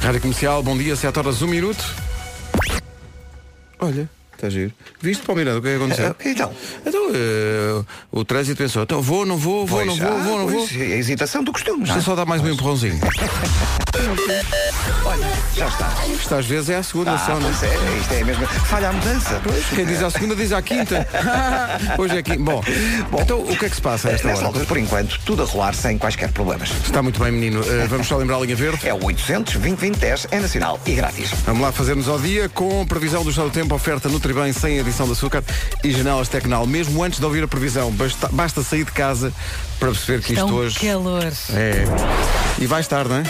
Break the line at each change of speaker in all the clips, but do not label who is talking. Rádio Comercial, bom dia, 7 horas, 1 minuto. Olha, está giro. Viste, Paulo Miranda, o que é que aconteceu?
Ah, então?
Então, eh, o trânsito pensou, então vou, não vou, vou, não
Pois,
vou,
ah,
vou, não vou.
pois, é A hesitação do costume.
Deixa
não é?
só dar mais um empurrãozinho.
Já está.
Isto às vezes é a segunda
Ah,
só, não é?
pois é, isto é mesmo. Falha a mudança.
Quem diz à segunda diz à quinta. Hoje é aqui. Bom, então o que é que se passa a esta
Nesta
hora?
altura, por enquanto, tudo a rolar sem quaisquer problemas.
Está muito bem, menino. Eh, vamos só lembrar a linha verde.
É o 800 2010 é nacional e grátis.
Vamos lá fazermos ao dia com previsão do estado do tempo, oferta Nutribem sem adição de açúcar e janelas Tecnal. Mesmo antes de ouvir a previsão, basta, basta sair de casa para perceber que isto
Tão
hoje
calor.
é. E vai estar, não é?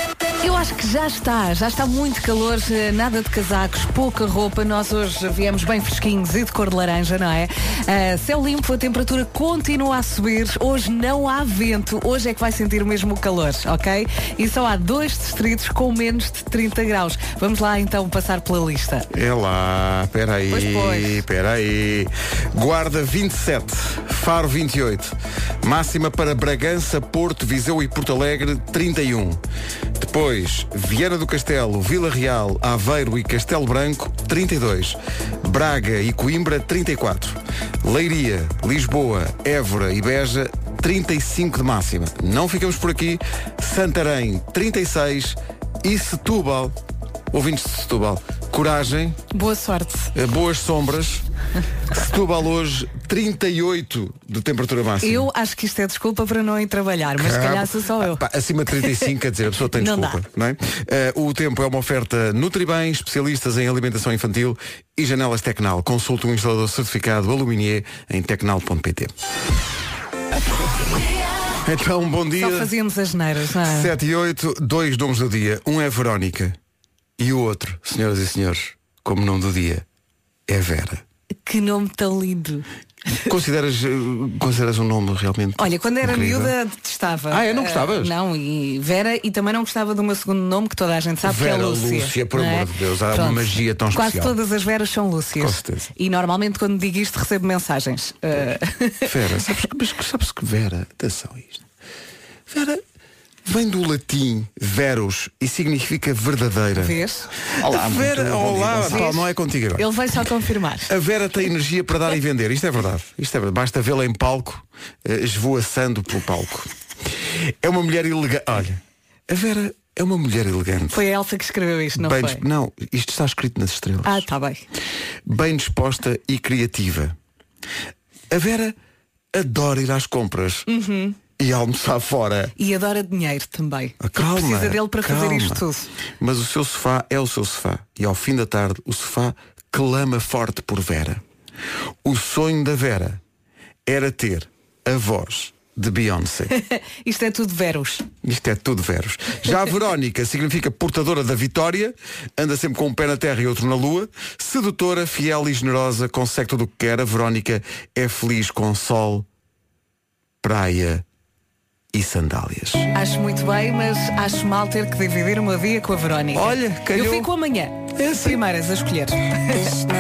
Eu acho que já está, já está muito calor, eh, nada de casacos, pouca roupa. Nós hoje viemos bem fresquinhos e de cor de laranja, não é? Ah, céu limpo, a temperatura continua a subir. Hoje não há vento, hoje é que vai sentir mesmo o calor, ok? E só há dois distritos com menos de 30 graus. Vamos lá então passar pela lista.
É lá,
Pois,
peraí,
pois.
peraí. Guarda 27, Faro 28. Máxima para Bragança, Porto, Viseu e Porto Alegre 31. Depois, Vieira do Castelo, Vila Real, Aveiro e Castelo Branco 32. Braga e Coimbra 34. Leiria, Lisboa, Évora e Beja 35 de máxima. Não ficamos por aqui. Santarém 36 e Setúbal Ouvintes de Setúbal, coragem,
Boa sorte.
eh, boas sombras. Setúbal hoje, 38 de temperatura máxima.
Eu acho que isto é desculpa para não ir trabalhar, mas se calhar sou só eu.
Pá, acima de 35, quer dizer, a pessoa tem
Não
desculpa.
dá.
Não é? Eh, o tempo é uma oferta Nutribem, especialistas em alimentação infantil e janelas Tecnal. Consulte um instalador certificado aluminier em tecnal.pt. Então, bom dia.
Só fazíamos as neiras, não é?
7 e 8, dois nomes do dia. Um é Verónica e o outro, senhoras e senhores, como nome do dia, é Vera.
Que nome tão lindo.
Consideras, eh, consideras um nome realmente?
Olha, quando era
incrível?
miúda detestava.
Ah, é? Não
Eh,
gostavas?
não, e Vera, e também não gostava do meu segundo nome, que toda a gente sabe que é
Vera
Lúcia.
Lúcia, por
não
amor
é?
de Deus, há uma magia tão
Quase
especial.
todas as Veras são Lúcias.
Com certeza.
E normalmente quando digo isto recebo mensagens. Eh,
Vera, sabes, que- mas que- sabes que Vera, atenção a isto. Vera vem do latim verus e significa verdadeira.
vês?
Olá,
A Vera,
muito bom dia,
olá,
Gonçalo.
Paulo, não é contigo agora.
Ele veio só confirmar.
A Vera tem energia para dar e vender, isto é verdade. Isto é verdade. Basta vê-la em palco, eh, esvoaçando pelo palco. É uma mulher elegante. Olha, a Vera é uma mulher elegante.
Foi a Elsa que escreveu isto, não
Bem
foi?
disp- não, isto está escrito nas estrelas.
Ah, tá bem.
Bem disposta e criativa. A Vera adora ir às compras e almoçar fora.
Uhum. E adora dinheiro também.
Ah,
Porque
Calma.
Precisa dele para fazer
calma.
isto tudo.
Mas o seu sofá é o seu sofá. E ao fim da tarde, o sofá clama forte por Vera. O sonho da Vera era ter a voz de Beyoncé.
Isto é tudo Veros.
Isto é tudo veros. Já a Verónica significa portadora da vitória, anda sempre com um pé na terra e outro na lua, sedutora, fiel e generosa, consegue tudo o que quer. A Verónica é feliz com sol, praia e sandálias.
Acho muito bem, mas acho mal ter que dividir o meu dia com a Verónica.
Olha, calhou. É assim.
Eu fico amanhã. As primeiras a escolher. é-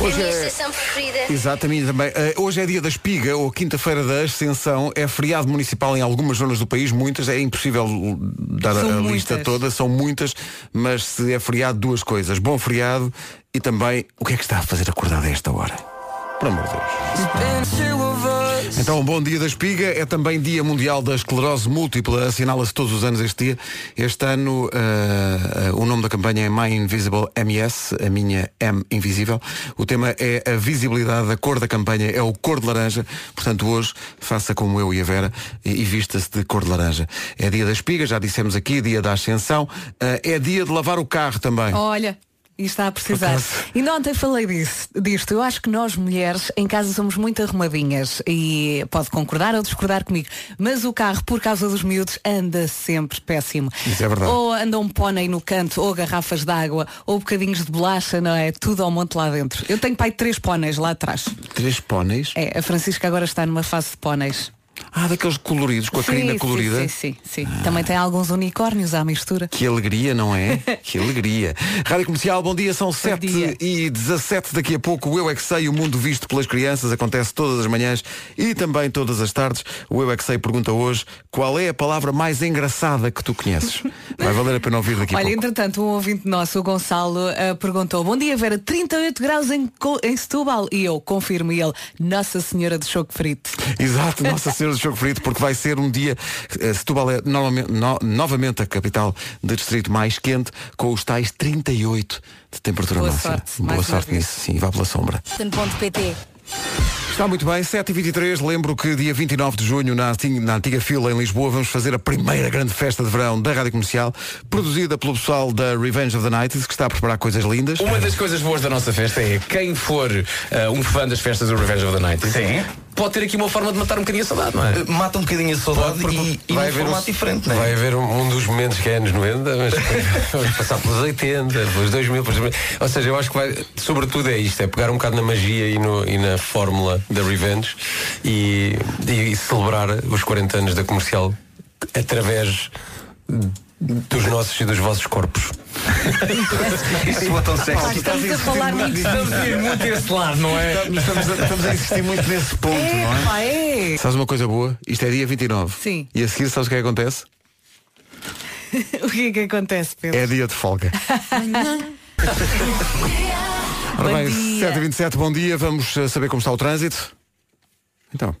Hoje
é a
é-
minha estação preferida.
Exato, a minha também. Eh, hoje é dia da espiga ou quinta-feira da ascensão. É feriado municipal em algumas zonas do país, muitas. É impossível dar a,
São
a
muitas.
lista toda, são muitas. Mas se é feriado, duas coisas. Bom feriado e também o que é que está a fazer acordado a esta hora? Por amor de Deus. Então, bom dia da espiga. É também dia mundial da esclerose múltipla. Assinala-se todos os anos este dia. Este ano, eh, eh, o nome da campanha é My Invisible MS, a minha M invisível. O tema é a visibilidade. A cor da campanha é o cor de laranja. Portanto, hoje, faça como eu e a Vera e, e vista-se de cor de laranja. É dia da espiga, já dissemos aqui, dia da ascensão. Eh, é dia de lavar o carro também.
Olha, e está a precisar.
acaso.
E não ontem falei disso, disto. Eu acho que nós mulheres em casa somos muito arrumadinhas e pode concordar ou discordar comigo. Mas o carro, por causa dos miúdos, anda sempre péssimo.
Isso é verdade.
Ou anda um pônei no canto, ou garrafas de água, ou bocadinhos de bolacha, não é? Tudo ao monte lá dentro. Eu tenho pai de três póneis lá atrás.
Três póneis.
É, a Francisca agora está numa fase de póneis.
Ah, daqueles coloridos, com a crina
sim,
colorida.
Sim, sim, sim. Também tem alguns unicórnios à mistura.
Que alegria, não é? Que alegria. Rádio Comercial, bom dia, são 7
dia.
e 17 daqui a pouco. O Eu é que sei, o mundo visto pelas crianças, acontece todas as manhãs e também todas as tardes. O Eu é que sei pergunta hoje qual é a palavra mais engraçada que tu conheces. Vai valer a pena ouvir daqui a
Olha,
pouco.
entretanto, um ouvinte nosso, o Gonçalo, eh, perguntou Bom dia, Vera, 38 graus em, Co- em Setúbal E eu confirmo, e ele, Nossa Senhora do Choco Frito
Exato, Nossa Senhora do Jogo Frito, porque vai ser um dia, eh, Setúbal é normalmente- no- novamente a capital do distrito mais quente, com os tais 38 de temperatura
Boa
máxima.
sorte,
Boa
mais uma
sorte
vez.
nisso, sim, vá pela sombra. Está muito bem, 7h23, lembro que dia 29 de junho, na, anti- na antiga fila em Lisboa, vamos fazer a primeira grande festa de verão da Rádio Comercial, produzida pelo pessoal da Revenge of the Night, que está a preparar coisas lindas.
Uma das coisas boas da nossa festa é quem for
eh,
ah, um fã das festas do Revenge of the Night
Sim.
pode ter aqui uma forma de matar um bocadinho a saudade, não é?
Mata um bocadinho a saudade e, e num
um
formato diferente, não é?
Vai haver um, um dos momentos que é anos 90, mas vamos passar pelos 80, pelos 2000, pelos 2000. Ou seja, eu acho que vai, sobretudo é isto, é pegar um bocado na magia e, no- e na fórmula da Revenge e, e celebrar os 40 anos da comercial através dos nossos e dos vossos corpos.
Isso soa tão
Pá,
sexy.
Estamos a falar nisso
Estamos a ir muito esse lado, não é?
Estamos a, estamos a insistir muito nesse ponto, não
É,
é?
pá, é
Sabes uma coisa boa? Isto é dia 29.
Sim.
E a seguir, sabes o que é que acontece?
O que é que acontece, Pedro?
É dia de folga. Ora bem,
Bom dia.
7h27, bom dia. Vamos eh, saber como está o trânsito. Então.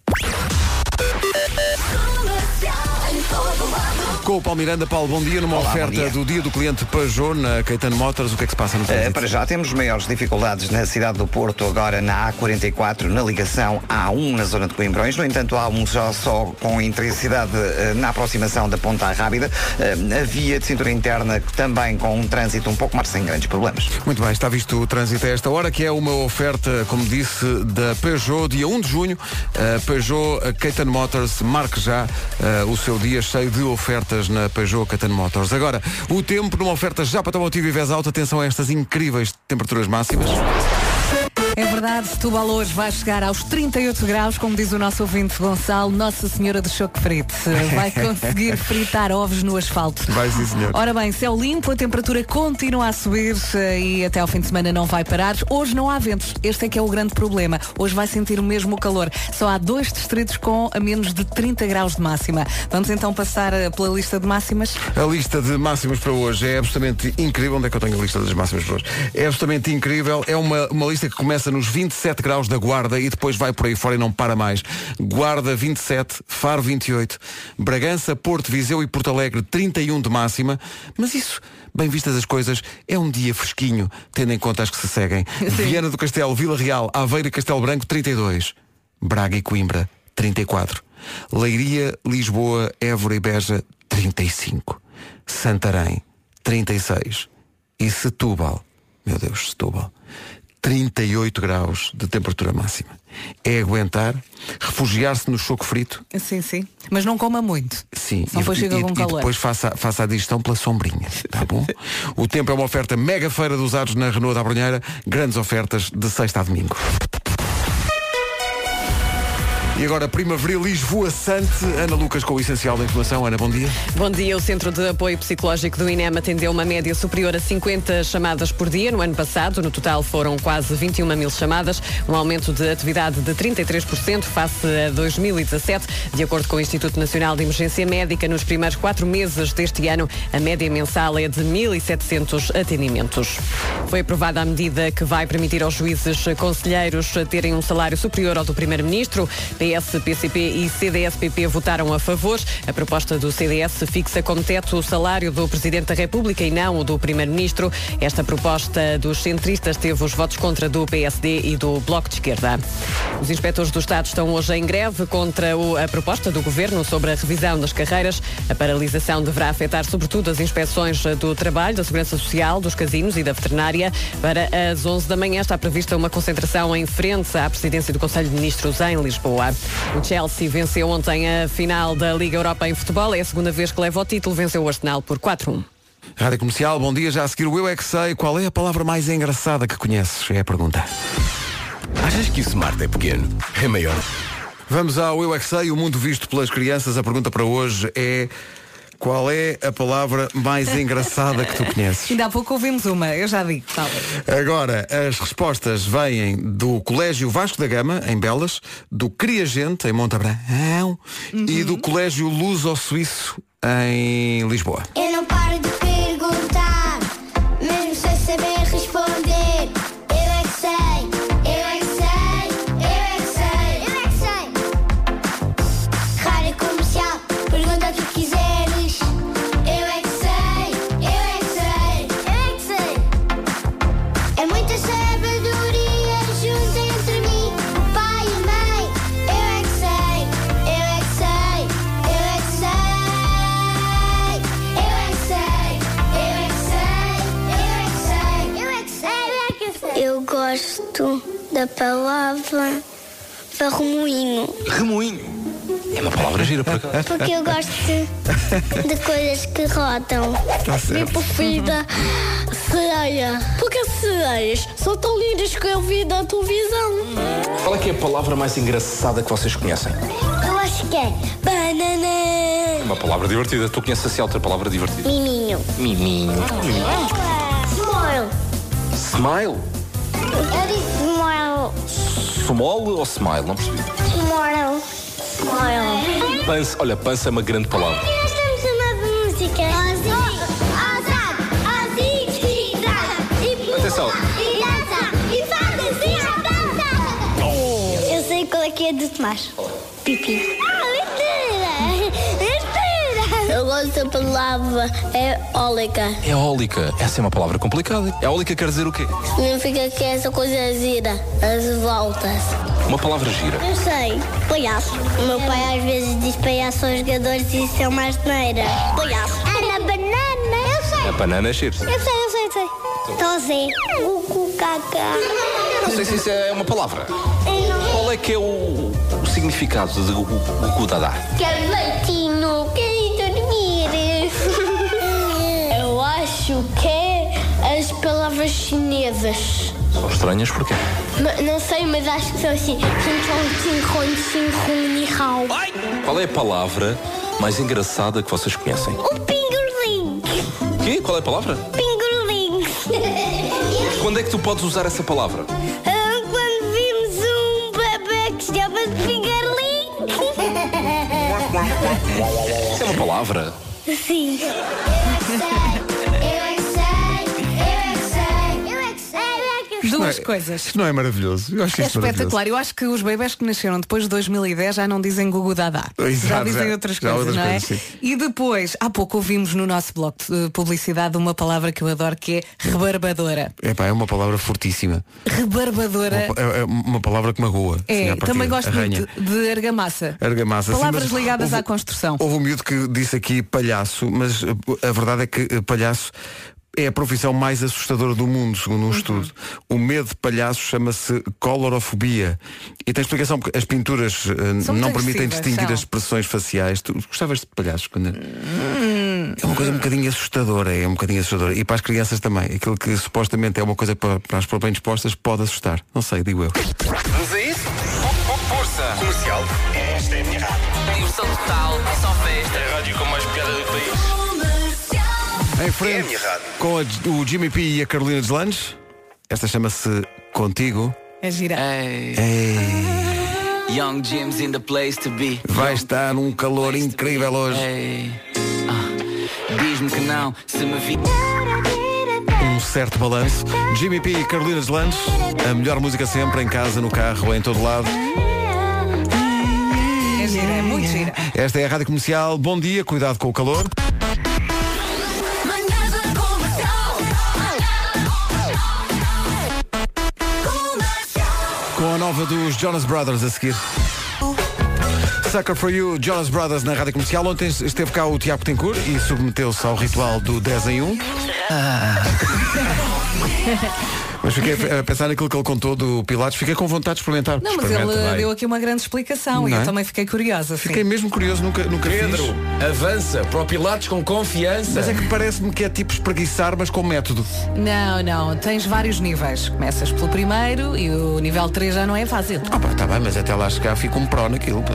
Com o Paulo Miranda, Paulo, bom dia. Numa
Olá, bom
oferta
dia.
do dia do cliente Peugeot na Caetano Motors, o que é que se passa no
Eh,
trânsito?
para já temos maiores dificuldades na cidade do Porto, agora na A44, na ligação A1 na zona de Coimbrões. No entanto, há um já só com intensidade eh, na aproximação da Ponta Rábida. Eh, a via de cintura interna também com um trânsito um pouco mais sem grandes problemas.
Muito bem, está visto o trânsito a esta hora, que é uma oferta, como disse, da Peugeot, dia 1 de junho. A Peugeot a Caetano Motors marque já eh, o seu dia cheio de ofertas na Peugeot Caetano Motors. Agora, o tempo numa oferta já para Tomotivo e Vez Alta. Atenção a estas incríveis temperaturas máximas.
É verdade, Setúbal hoje vai chegar aos 38 graus, como diz o nosso ouvinte Gonçalo, Nossa Senhora do Choco Frito. Vai conseguir fritar ovos no asfalto.
Vai sim, senhor.
Ora bem, céu limpo, a temperatura continua a subir eh, e até ao fim de semana não vai parar. Hoje não há ventos, este é que é o grande problema. Hoje vai sentir mesmo o calor. Só há dois distritos com a menos de 30 graus de máxima. Vamos então passar eh, pela lista de máximas.
A lista de máximas para hoje é absolutamente incrível. Onde é que eu tenho a lista das máximas para hoje? É absolutamente incrível. É uma, uma lista que começa nos 27 graus da Guarda e depois vai por aí fora e não para mais. Guarda 27, Faro 28, Bragança, Porto, Viseu e Porto Alegre 31 de máxima. Mas isso, bem vistas as coisas, é um dia fresquinho, tendo em conta as que se seguem. Viana do Castelo, Vila Real, Aveiro e Castelo Branco 32. Braga e Coimbra, 34. Leiria, Lisboa, Évora e Beja, 35. Santarém, 36. E Setúbal, meu Deus, Setúbal, 38 graus de temperatura máxima. É aguentar, refugiar-se no choco frito,
Sim, sim. Mas não coma muito.
Sim,
Só depois
e,
chega
e-
algum
e
calor.
depois faça, faça a digestão pela sombrinha, tá bom? o tempo é uma oferta mega feira de usados na Renault da Brunheira, grandes ofertas de sexta a domingo. E agora, primaveril esvoaçante, Ana Lucas com o essencial da informação. Ana, bom dia.
Bom dia. O Centro de Apoio Psicológico do INEM atendeu uma média superior a 50 chamadas por dia no ano passado. No total foram quase 21 mil chamadas, um aumento de atividade de 33% face a 2017. De acordo com o Instituto Nacional de Emergência Médica, nos primeiros quatro meses deste ano, a média mensal é de 1.700 atendimentos. Foi aprovada a medida que vai permitir aos juízes conselheiros terem um salário superior ao do Primeiro-Ministro. PS, PCP e CDSPP votaram a favor. A proposta do CDS fixa como teto o salário do Presidente da República e não o do Primeiro-Ministro. Esta proposta dos centristas teve os votos contra do PSD e do Bloco de Esquerda. Os inspectores do Estado estão hoje em greve contra o- a proposta do Governo sobre a revisão das carreiras. A paralisação deverá afetar sobretudo as inspeções eh, do trabalho, da segurança social, dos casinos e da veterinária. Para as 11 da manhã está prevista uma concentração em frente à presidência do Conselho de Ministros em Lisboa. O Chelsea venceu ontem a final da Liga Europa em futebol. É a segunda vez que leva o título. Venceu o Arsenal por 4-1.
Rádio Comercial, bom dia. Já a seguir o Eu É Que Sei. Qual é a palavra mais engraçada que conheces? É a pergunta.
Achas que o smart é pequeno? É maior.
Vamos ao Eu é que Sei, o mundo visto pelas crianças. A pergunta para hoje é qual é a palavra mais engraçada que tu conheces?
Ainda há pouco ouvimos uma, eu já digo. Tá bem.
Agora, as respostas vêm do Colégio Vasco da Gama, em Belas, do Criagente, em Montabrão, e
Uhum.
do Colégio Luso-Suíço, em Lisboa.
Eu não paro de perguntar, mesmo sem saber responder. Eu é que sei, eu é que sei, eu é que sei, eu é que sei. Rádio comercial, pergunta o que quiseres. Eu é que sei, eu é que sei, eu é que sei. É muita sabedoria junto entre mim, pai e mãe. Eu é que sei, eu é que sei, eu é que sei. Eu é que sei, eu é que sei, eu é que sei, eu é que sei, eu é que sei. Eu gosto da palavra remoinho.
Remoinho. É uma palavra gira, por acaso.
Porque eu gosto de, de coisas que rodam. Meu preferido sereia. Porque as sereias são tão lindas que eu vi na televisão.
Qual é que é a palavra mais engraçada que vocês conhecem?
Eu acho que é banana.
Uma palavra divertida. Tu conheces assim outra palavra divertida?
Miminho.
Miminho.
Smile.
Smile.
Eu disse smile.
Small ou smile? Não percebi.
Smile. Smile.
Pança. Olha, pança é uma grande palavra.
Nós estamos chamando música.
Atenção.
Eu sei qual é que é do Tomás. Pipi. Eu gosto da palavra é eólica.
Eólica. Essa é uma palavra complicada. Eólica quer dizer o quê?
Significa que essa coisa gira, as voltas.
Uma palavra gira.
Eu sei, palhaço. O meu pai às vezes diz palhaço aos jogadores e isso é uma asneira. Palhaço. Ana Banana. Eu sei.
A banana é cheiro.
Eu sei, eu sei, eu sei. Então, assim, Tose. Cucu, caca.
Não sei se isso é uma palavra. Qual é que é o, o significado de Gugu Dadá?
Cavatinho, querido dormir. Eu acho que é as palavras chinesas.
São estranhas porquê?
Ma- Não sei, mas acho que são assim.
Qual é a palavra mais engraçada que vocês conhecem?
O pingolim.
Quê? Qual é a palavra?
Pingolim.
Quando é que tu podes usar essa palavra?
Ah, Quando vimos um bebê que se chama de pingolim.
Isso é uma palavra?
Sim. Eu é que sei, eu é que sei, eu é que sei, eu é que sei.
Duas coisas.
Isto não é maravilhoso? Eu acho
É
isto maravilhoso.
espetacular. Eu acho que os bebés que nasceram depois de 2010 já não dizem Gugu Dadá.
Exato,
já dizem
já.
outras
Já
coisas,
outras
não é?
coisas, sim.
E depois, há pouco ouvimos no nosso bloco de eh, publicidade uma palavra que eu adoro que é rebarbadora.
Epá, é uma palavra fortíssima.
Rebarbadora
É é uma palavra que magoa.
é.
assim, à partida.
também gosto
Arranha.
muito de argamassa.
Argamassa. sim,
Palavras
mas
ligadas
houve-
à construção.
Houve um miúdo que disse aqui palhaço, mas uh, a verdade é que uh, palhaço é a profissão mais assustadora do
Uhum.
mundo, segundo um estudo. O medo de palhaço chama-se colorofobia. E tem explicação, porque as pinturas uh,
São muito
não permitem
agressivas,
distinguir
são. Hum.
as expressões faciais. Tu gostavas de palhaços quando...
Hum.
É uma coisa um bocadinho assustadora, é um bocadinho assustadora. E para as crianças também. Aquilo que supostamente é uma coisa para, para as próprias dispostas pode assustar. Não sei, digo eu.
Vamos a isso? Força! Comercial. Esta é a minha rádio. Diversão total, é só festa. É a rádio com mais piada do país.
Em
É a
frente
minha rádio.
com a- o Jimmy P e a Carolina Deslandes. Esta chama-se Contigo.
É gira.
Ei,
Young Jim's in the place to be.
vai estar um calor incrível hoje.
Ei, ah, diz-me que não, se me vi.
Um certo balanço. Jimmy P e Carolina Deslandes. A melhor música sempre, em casa, no carro, em todo lado.
É gira, é muito gira.
Esta é a Rádio Comercial. Bom dia, cuidado com o calor. Com a nova dos Jonas Brothers a seguir. Sucker for You, Jonas Brothers na Rádio Comercial. Ontem esteve cá o Tiago Tencourt e um. submeteu-se ao ritual do 10 em 1. Mas fiquei a a pensar naquilo que ele contou do Pilates, fiquei com vontade de experimentar.
Não, mas
Experimenta,
ele eh,
vai.
deu aqui uma grande explicação
Não
e
é?
eu também fiquei curiosa. Sim.
Fiquei mesmo curioso, nunca, nunca
Pedro,
fiz.
avança para o Pilates com confiança.
Mas é que parece-me que é tipo espreguiçar, mas com método.
Não, não, tens vários níveis. Começas pelo primeiro e o nível 3 já não é fácil.
Ah pá, tá bem, mas até lá chegar fico um pró naquilo. pá.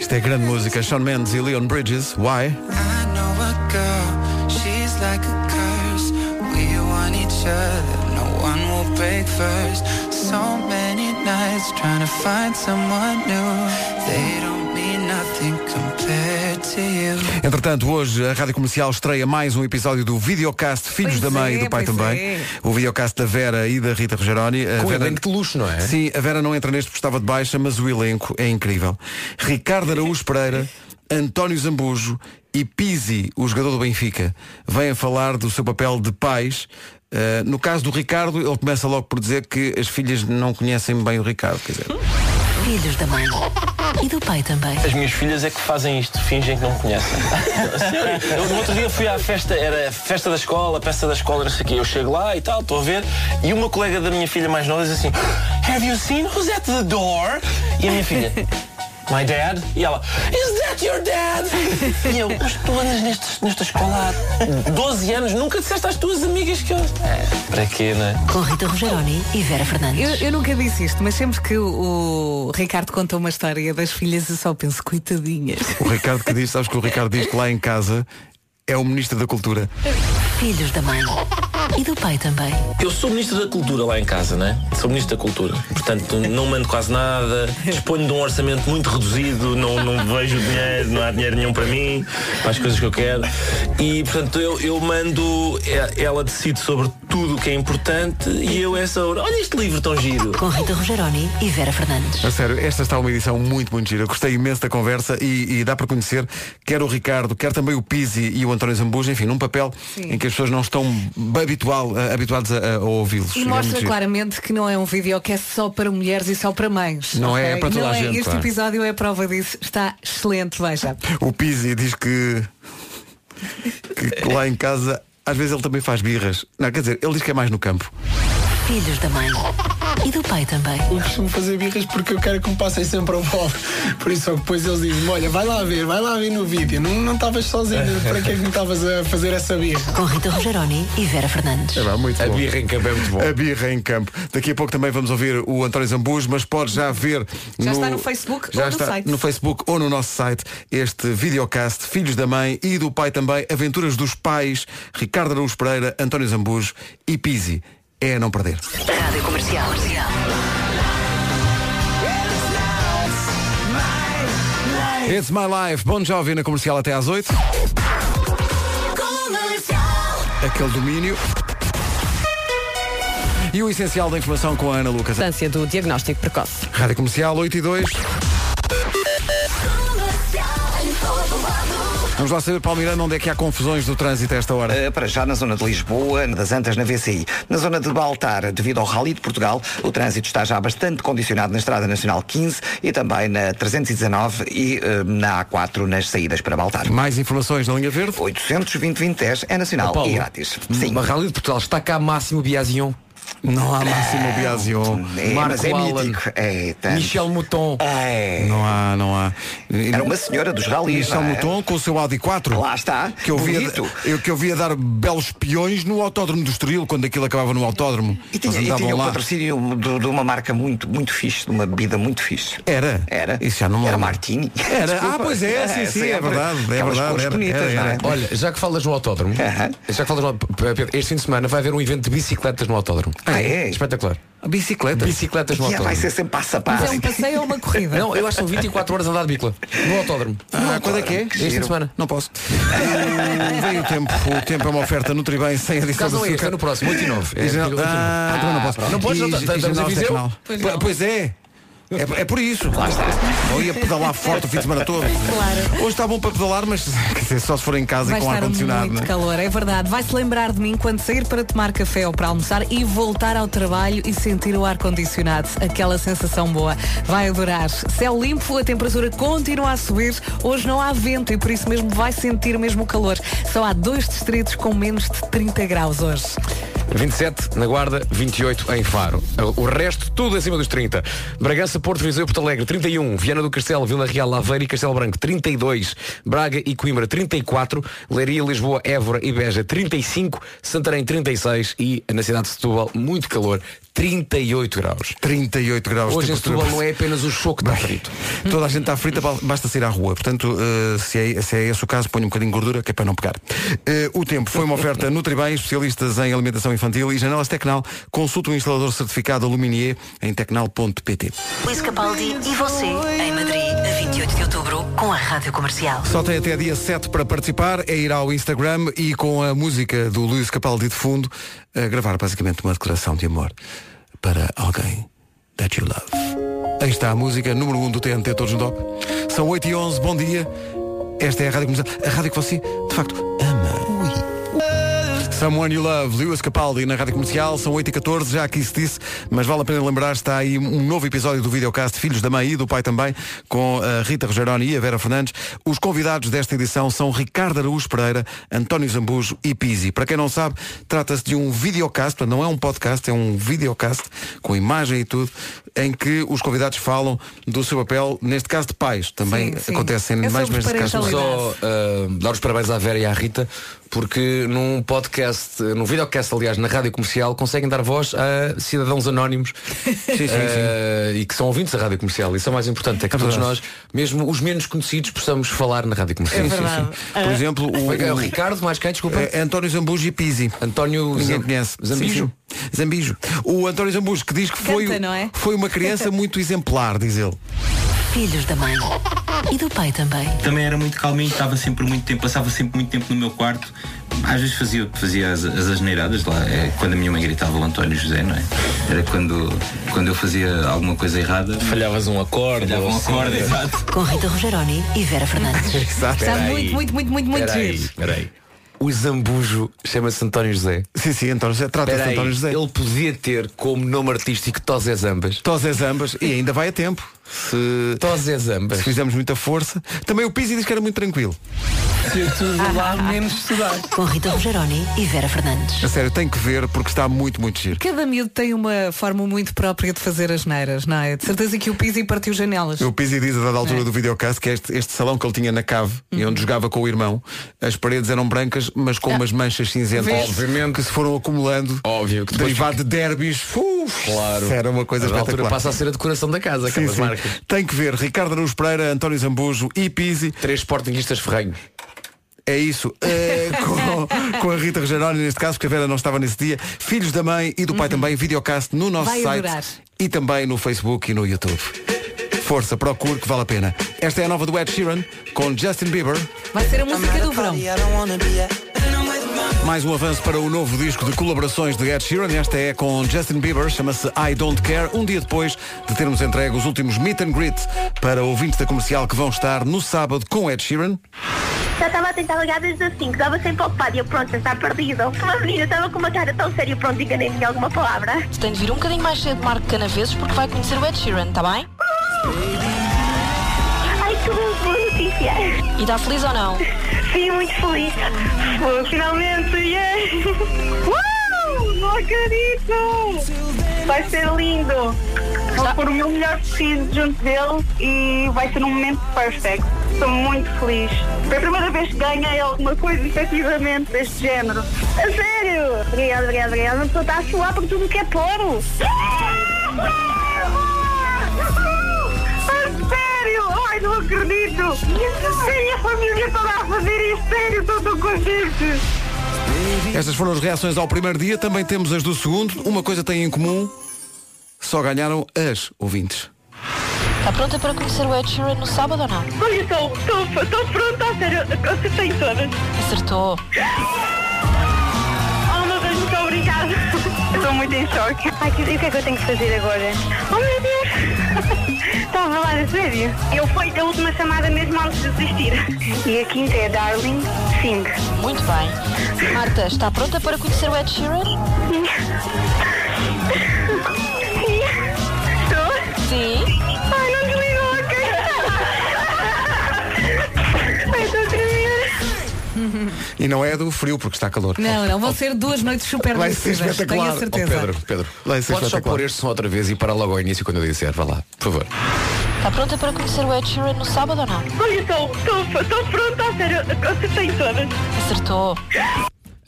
Isto é grande música, Sean Mendes e Leon Bridges. Why? Entretanto, hoje a Rádio Comercial estreia mais um episódio do videocast Filhos
Pois
da Mãe
é,
e do Pai
pois
também.
é.
O videocast da Vera e da Rita Rogeroni. A
Com
Vera-
elenco de luxo, não é?
Sim, a Vera não entra neste porque estava de baixa, mas o elenco é incrível. Ricardo Araújo Pereira, António Zambujo e Pizzi, o jogador do Benfica, vêm a falar do seu papel de pais. Uh, no caso do Ricardo, ele começa logo por dizer que as filhas não conhecem bem o Ricardo. Quer dizer,
Filhos da mãe e do pai também.
As minhas filhas é que fazem isto, fingem que não me conhecem. Sério, eu no outro dia fui à festa, era festa da escola, festa da escola, não sei o quê. Eu chego lá e tal, estou a ver, e uma colega da minha filha mais nova diz assim, Have you seen who's at the door? E a minha filha, My dad? E ela, Is that your dad? E eu, mas tu andas neste, nesta escola há 12 anos, nunca disseste às tuas amigas que eu. É, para quê, né?
Com Rita Rogeroni e Vera
Eu,
Fernandes.
eu nunca disse isto, mas sempre que o, o Ricardo conta uma história das filhas, eu só penso, coitadinhas.
o Ricardo que diz, sabes que o Ricardo diz que lá em casa é o ministro da Cultura.
Filhos da mãe e do pai também.
Eu sou ministro da Cultura lá em casa, né? Sou ministro da Cultura. Portanto, não mando quase nada, disponho de um orçamento muito reduzido, não, não vejo dinheiro, não há dinheiro nenhum para mim, para as coisas que eu quero. E, portanto, eu, eu mando, e- ela decide sobre tudo o que é importante e eu é só, olha este livro tão giro.
Com Rita Rogeroni e Vera Fernandes.
A sério, esta está uma edição muito, muito gira. Eu Gostei imenso da conversa e, e dá para conhecer quer o Ricardo, quer também o Pizzi e o António Zambuja, enfim, num papel em que as pessoas não estão habitual, a- habituadas a, a ouvi-los.
E
É muito
mostra
giro.
claramente que não é um vídeo que é só para mulheres e só para mães.
Não é,
ok?
é para toda
Não
a
é,
gente,
Este
claro.
episódio é a prova disso. Está excelente, veja.
O Pizzi diz que, que lá em casa às vezes ele também faz birras. Não, quer dizer, ele diz que é mais no campo.
Filhos da mãe e do pai também.
Eu costumo fazer birras porque eu quero que me passem sempre ao bola. Por isso, só que depois eles dizem: Olha, vai lá ver, vai lá ver no vídeo. Não não estavas sozinho, para que é que me estavas a fazer essa birra?
Com Rita Rogeroni e Vera Fernandes.
É lá, muito
A
bom.
birra em campo é muito bom.
A birra em campo. Daqui a pouco também vamos ouvir o António Zambujo, mas pode já ver.
Já está no Facebook
já
ou no
está
site.
no Facebook ou no nosso site este videocast Filhos da Mãe e do Pai também, Aventuras dos Pais, Ricardo Araújo Pereira, António Zambujo e Pizzi. É a não perder.
Rádio Comercial.
It's My Life, Bom Jovem na comercial até às 8. Aquele domínio. E o essencial da informação com a Ana Lucas.
Distância do diagnóstico precoce.
Rádio Comercial 8 e 2. Vamos lá saber, Palmeirano, onde é que há confusões do trânsito a esta hora.
Uh, para já na zona de Lisboa, das Antas na VCI. Na zona de Baltar, devido ao Rally de Portugal, o trânsito está já bastante condicionado na Estrada Nacional 15 e também na 319 e uh, na A4 nas saídas para Baltar.
Mais informações na linha verde? hum,
820-2010 é nacional
Paulo,
e grátis. Sim.
A Rally de Portugal está cá Máximo Biasion,
Não há Máximo Biasio.
É, mas é
Marco Alan,
mítico. É, tanto.
Michel Mouton.
É.
Não há, não há.
Era uma senhora dos rallies.
Michel
não é?
Mouton com o seu Audi 4.
Lá está.
Que eu, via,
Bonito.
eu, que eu via dar belos peões no autódromo do Estoril, quando aquilo acabava no autódromo.
E tinha,
Eles
e
andavam
tinha o
lá.
patrocínio de, de uma marca muito, muito fixe, de uma bebida muito fixe.
Era?
Era.
Isso já não me
Era
lembro.
Martini.
Era. Ah,
Desculpa.
pois é, sim, sim, é
sempre.
verdade, é
Aquelas
verdade,
cores
era,
bonitas,
era,
não é?
era.
Olha, já que falas no autódromo,
Aham.
já que falas no autódromo, Pedro, este fim de semana vai haver um evento de bicicletas no autódromo.
Ah, é?
Espetacular.
Bicicleta.
Bicicletas no
E vai
autódromo.
ser sempre passo a
Mas
passo.
é um passeio ou uma corrida?
Não, eu acho que são 24 horas a andar de bicla. No autódromo.
Ah, quando é que é?
Este fim de semana.
Não posso. Hum, Vem o tempo. O tempo é uma oferta no Tribem sem adição
Caso
de
não é este,
açúcar.
é no próximo, 8 e 9. É,
E jornal-
digo, 8 e 9.
Ah, também não posso.
Não podes, não
E-
tá-
e
estamos em
jornal
Viseu?
seccional. Pois é. É, é por isso. Lá está. Não ia pedalar forte o fim de semana todo.
Claro.
Hoje está bom para pedalar, mas quer dizer, só se for em casa
Vai
e com
estar
ar-condicionado.
muito
né?
calor, é verdade. Vai-se lembrar de mim quando sair para tomar café ou para almoçar e voltar ao trabalho e sentir o ar-condicionado. Aquela sensação boa. Vai adorar. Céu limpo, a temperatura continua a subir. Hoje não há vento e por isso mesmo vai sentir mesmo o calor. Só há dois distritos com menos de 30 graus hoje.
27 na Guarda, 28 em Faro. O resto, tudo acima dos 30. Bragança, Porto, Viseu, e Porto Alegre, 31. Viana do Castelo, Vila Real, Aveiro e Castelo Branco, 32. Braga e Coimbra, 34. Leiria, Lisboa, Évora e Beja, 35. Santarém, 36. E na cidade de Setúbal, muito calor, 38 graus.
38 graus.
Hoje em
temperatura.
Setúbal não é apenas o choco que está frito.
Toda a gente está frita, ba- basta sair à rua. Portanto, eh, se, é, se é esse o caso, ponha um bocadinho de gordura, que é para não pegar. Eh, o tempo foi uma oferta Nutribem, especialistas em alimentação infantil e janelas Tecnal. Consulte o instalador certificado Aluminier em tecnal.pt.
Luís Capaldi e você, em Madrid, a 28 de outubro, com a Rádio Comercial.
Só tem até dia 7 para participar, é ir ao Instagram e com a música do Luís Capaldi de fundo, a gravar basicamente uma declaração de amor para alguém that you love. Aí está a música número 1 do TNT Todos no Top. São 8 e 11 bom dia. Esta é a Rádio Comercial, a rádio que você, de facto, ama. Someone You Love, Lewis Capaldi na Rádio Comercial, são 8h14, já aqui se disse, mas vale a pena lembrar, está aí um novo episódio do videocast Filhos da Mãe e do Pai também, com a Rita Rogeroni e a Vera Fernandes. Os convidados desta edição são Ricardo Araújo Pereira, António Zambujo e Pizzi. Para quem não sabe, trata-se de um videocast, portanto, não é um podcast, é um videocast com imagem e tudo, em que os convidados falam do seu papel, neste caso de pais, também
Sim, sim.
acontece em
É
mais
sobre
mas casos.
Só ah, dar os parabéns à Vera e à Rita, porque num podcast, num videocast, aliás, na rádio comercial, conseguem dar voz a cidadãos anónimos
sim,
ah, e que são ouvintes da rádio comercial. Isso é o mais importante, é que
É
todos
verdade.
nós, mesmo os menos conhecidos, possamos falar na rádio comercial.
É
Sim, sim, sim. Por exemplo, o,
Como é que é? O Ricardo, mais quem, desculpa?
É António Zambujo e Pizzi.
António
Ninguém
Zam-
conhece. Sim,
Zambijo?
sim. Zambijo. O António Zambujo que diz que foi,
Canta, não é?
foi uma criança muito exemplar, diz ele.
Filhos da mãe e do pai também.
Também era muito calminho, estava sempre muito tempo, passava sempre muito tempo no meu quarto. Às vezes fazia, fazia as, as asneiradas lá, é, quando a minha mãe gritava o António José, não é? Era quando, quando eu fazia alguma coisa errada. Falhavas um acorde. Falhava um
assim.
acorde, exato.
Com Rita Rogeroni e Vera Fernandes.
Está muito, muito, muito, muito, muito giro.
peraí. O Zambujo chama-se António José.
Sim, sim, António José. Trata-se de António José.
Ele podia ter como nome artístico Tozé Zambas.
Tozé Zambas. E ainda vai a tempo.
Se... Tozé é Zambas.
Se fizermos muita força. Também o Pizzi diz que era muito tranquilo.
Eu tudo lá menos estudar. Ah. Com Rita Rogeroni e Vera Fernandes.
A sério, tem que ver porque está muito, muito giro.
Cada miúdo tem uma forma muito própria de fazer as neiras, não é? De certeza que o Pizzi partiu janelas.
O Pizzi diz a dada altura
É. Uhum.
do videocast que este, este salão que ele tinha na cave e onde jogava com o irmão, as paredes eram brancas, mas
Ah.
com umas manchas cinzentas.
Vês?
Obviamente. Que se foram acumulando.
Óbvio. que depois-
Derivado de derbis. Uf,
Claro.
Era uma coisa
A altura
espetacular.
passa a ser a decoração da casa,
Sim,
aquelas
sim.
marcas.
Tem que ver Ricardo Araújo Pereira, António Zambujo e Pizzi.
Três sportinguistas ferrenhos.
É isso. É, com, com a Rita Rogeroni, neste caso, porque a Vera não estava nesse dia. Filhos da mãe e do pai também, videocast no nosso
Uhum. Vai
site
adorar.
e também no Facebook e no YouTube. Força, procure que vale a pena. Esta é a nova do Ed Sheeran com Justin Bieber.
Vai ser a música do verão.
Mais um avanço para o novo disco de colaborações de Ed Sheeran. Esta é com Justin Bieber, chama-se I Don't Care, um dia depois de termos entregue os últimos meet and greet para ouvintes da comercial que vão estar no sábado com Ed Sheeran.
Já estava a tentar ligar desde as 5, estava sempre ocupado e eu, pronto, já está perdido. Uma menina estava com uma cara tão séria, pronto, enganei-me em alguma palavra.
Tem de vir um bocadinho mais cedo, Marco Canaveses, porque vai conhecer o Ed Sheeran, tá bem?
Ai, que bom, boa notícia.
E está feliz ou não?
Sim, muito feliz. Vou finalmente, yeah. Uau, não acredito. Vai ser lindo. Vou pôr o meu melhor vestido junto dele e vai ser um momento perfect. Estou muito feliz. Foi a primeira vez que ganhei alguma coisa efetivamente deste género. A sério! Obrigada, obrigada, obrigada. Uma pessoa está a suar por tudo o que é poro. A sério! Ai, não acredito! Tenho a família toda a fazer isto, sério, estou tão contente!
Estas foram as reações ao primeiro dia, também temos as do segundo. Uma coisa têm em comum, só ganharam as ouvintes.
Está Tá pronta para conhecer o Ed Sheeran no sábado ou não?
Olha, estou, estou, estou pronta, a sério, acertei todas.
Acertou.
Oh meu Deus, muito obrigada! Estou muito em choque. Ai, que- e o que é que eu tenho que fazer agora? Oh meu Deus! Estava a falar a sério? Eu fui da última chamada mesmo antes de desistir. E a quinta é Darling Sing.
Muito bem. Marta, está pronta para conhecer o Ed Sheeran?
Estou?
Sim.
Ai, não desligou, ok? Ai, estou a tremer.
E não é do frio, porque está calor.
Não, não, vão ser duas noites super
Vai ser
divertidas, tenho a
espetacular.
Oh,
certeza.
Pedro, Pedro,
Vai ser
podes só
espetacular.
pôr este som outra vez e para logo ao início quando eu disser, vá lá, por favor.
Está Tá pronta para conhecer o Ed Sheeran no sábado ou não?
Olha, estou, estou, estou pronta, a sério, acertei todas.
Acertou.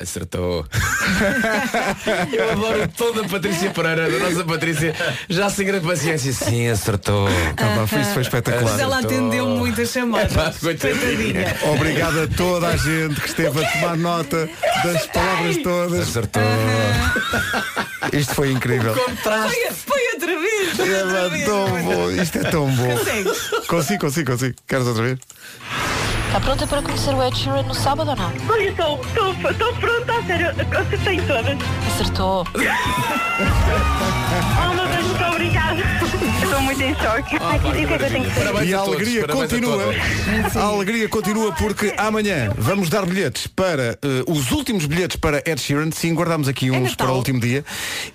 Acertou. Eu adoro toda a Patrícia Pereira, da nossa Patrícia, já sem grande paciência. Sim, acertou.
Ah, pá, foi- isso foi espetacular.
Mas ela atendeu muitas chamadas.
Epá, coitadinha.
Coitadinha.
Obrigado a toda a gente que esteve a tomar nota das palavras todas. Acertou. Isto foi incrível.
Foi, foi outra vez. Foi outra
É
vez.
tão bom, isto é tão bom.
Consegues?
Consigo, consigo, consigo. Queres outra vez?
Está Tá pronta para conhecer o Ed Sheeran no sábado ou não?
Olha, estou, estou, estou pronta, a sério, acertei todas.
Acertou.
Oh, meu Deus, muito obrigada. Estou muito em choque. Ai, que dica que eu tenho que fazer.
e a alegria continua. A alegria continua porque amanhã vamos dar bilhetes para eh, os últimos bilhetes para Ed Sheeran. Sim, guardámos aqui uns para o último dia.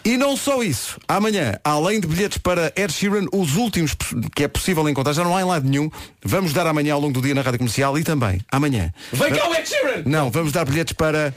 E não só isso. Amanhã, além de bilhetes para Ed Sheeran, os últimos poss- que é possível encontrar, já não há em lado nenhum. Vamos dar amanhã ao longo do dia na Rádio Comercial e também amanhã.
Vem
Va-
cá o Ed Sheeran!
Não, vamos dar bilhetes para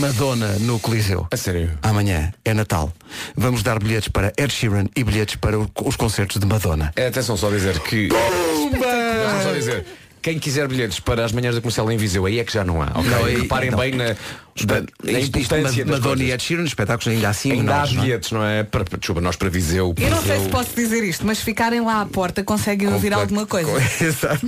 Madonna no Coliseu. A sério? Amanhã é Natal. Vamos dar bilhetes para Ed Sheeran e bilhetes para o- os concertos de Madonna.
É, Atenção só a dizer que. Atenção só a dizer. Quem quiser bilhetes para as manhãs da comercial em Viseu, aí é que já não há. ok?
Não, aí-
Reparem
não. é
bem na, da, na
Isto- isto,
importância das
Madonna
coisas.
e Ed Sheeran, espetáculos ainda assim.
Ainda há
menores, não é?
bilhetes, não é? Para, para- desculpa, nós para Viseu.
Eu não sei
Viseu-
se posso dizer isto, mas se ficarem lá à porta conseguem ouvir
Completo.
alguma coisa.
Exato.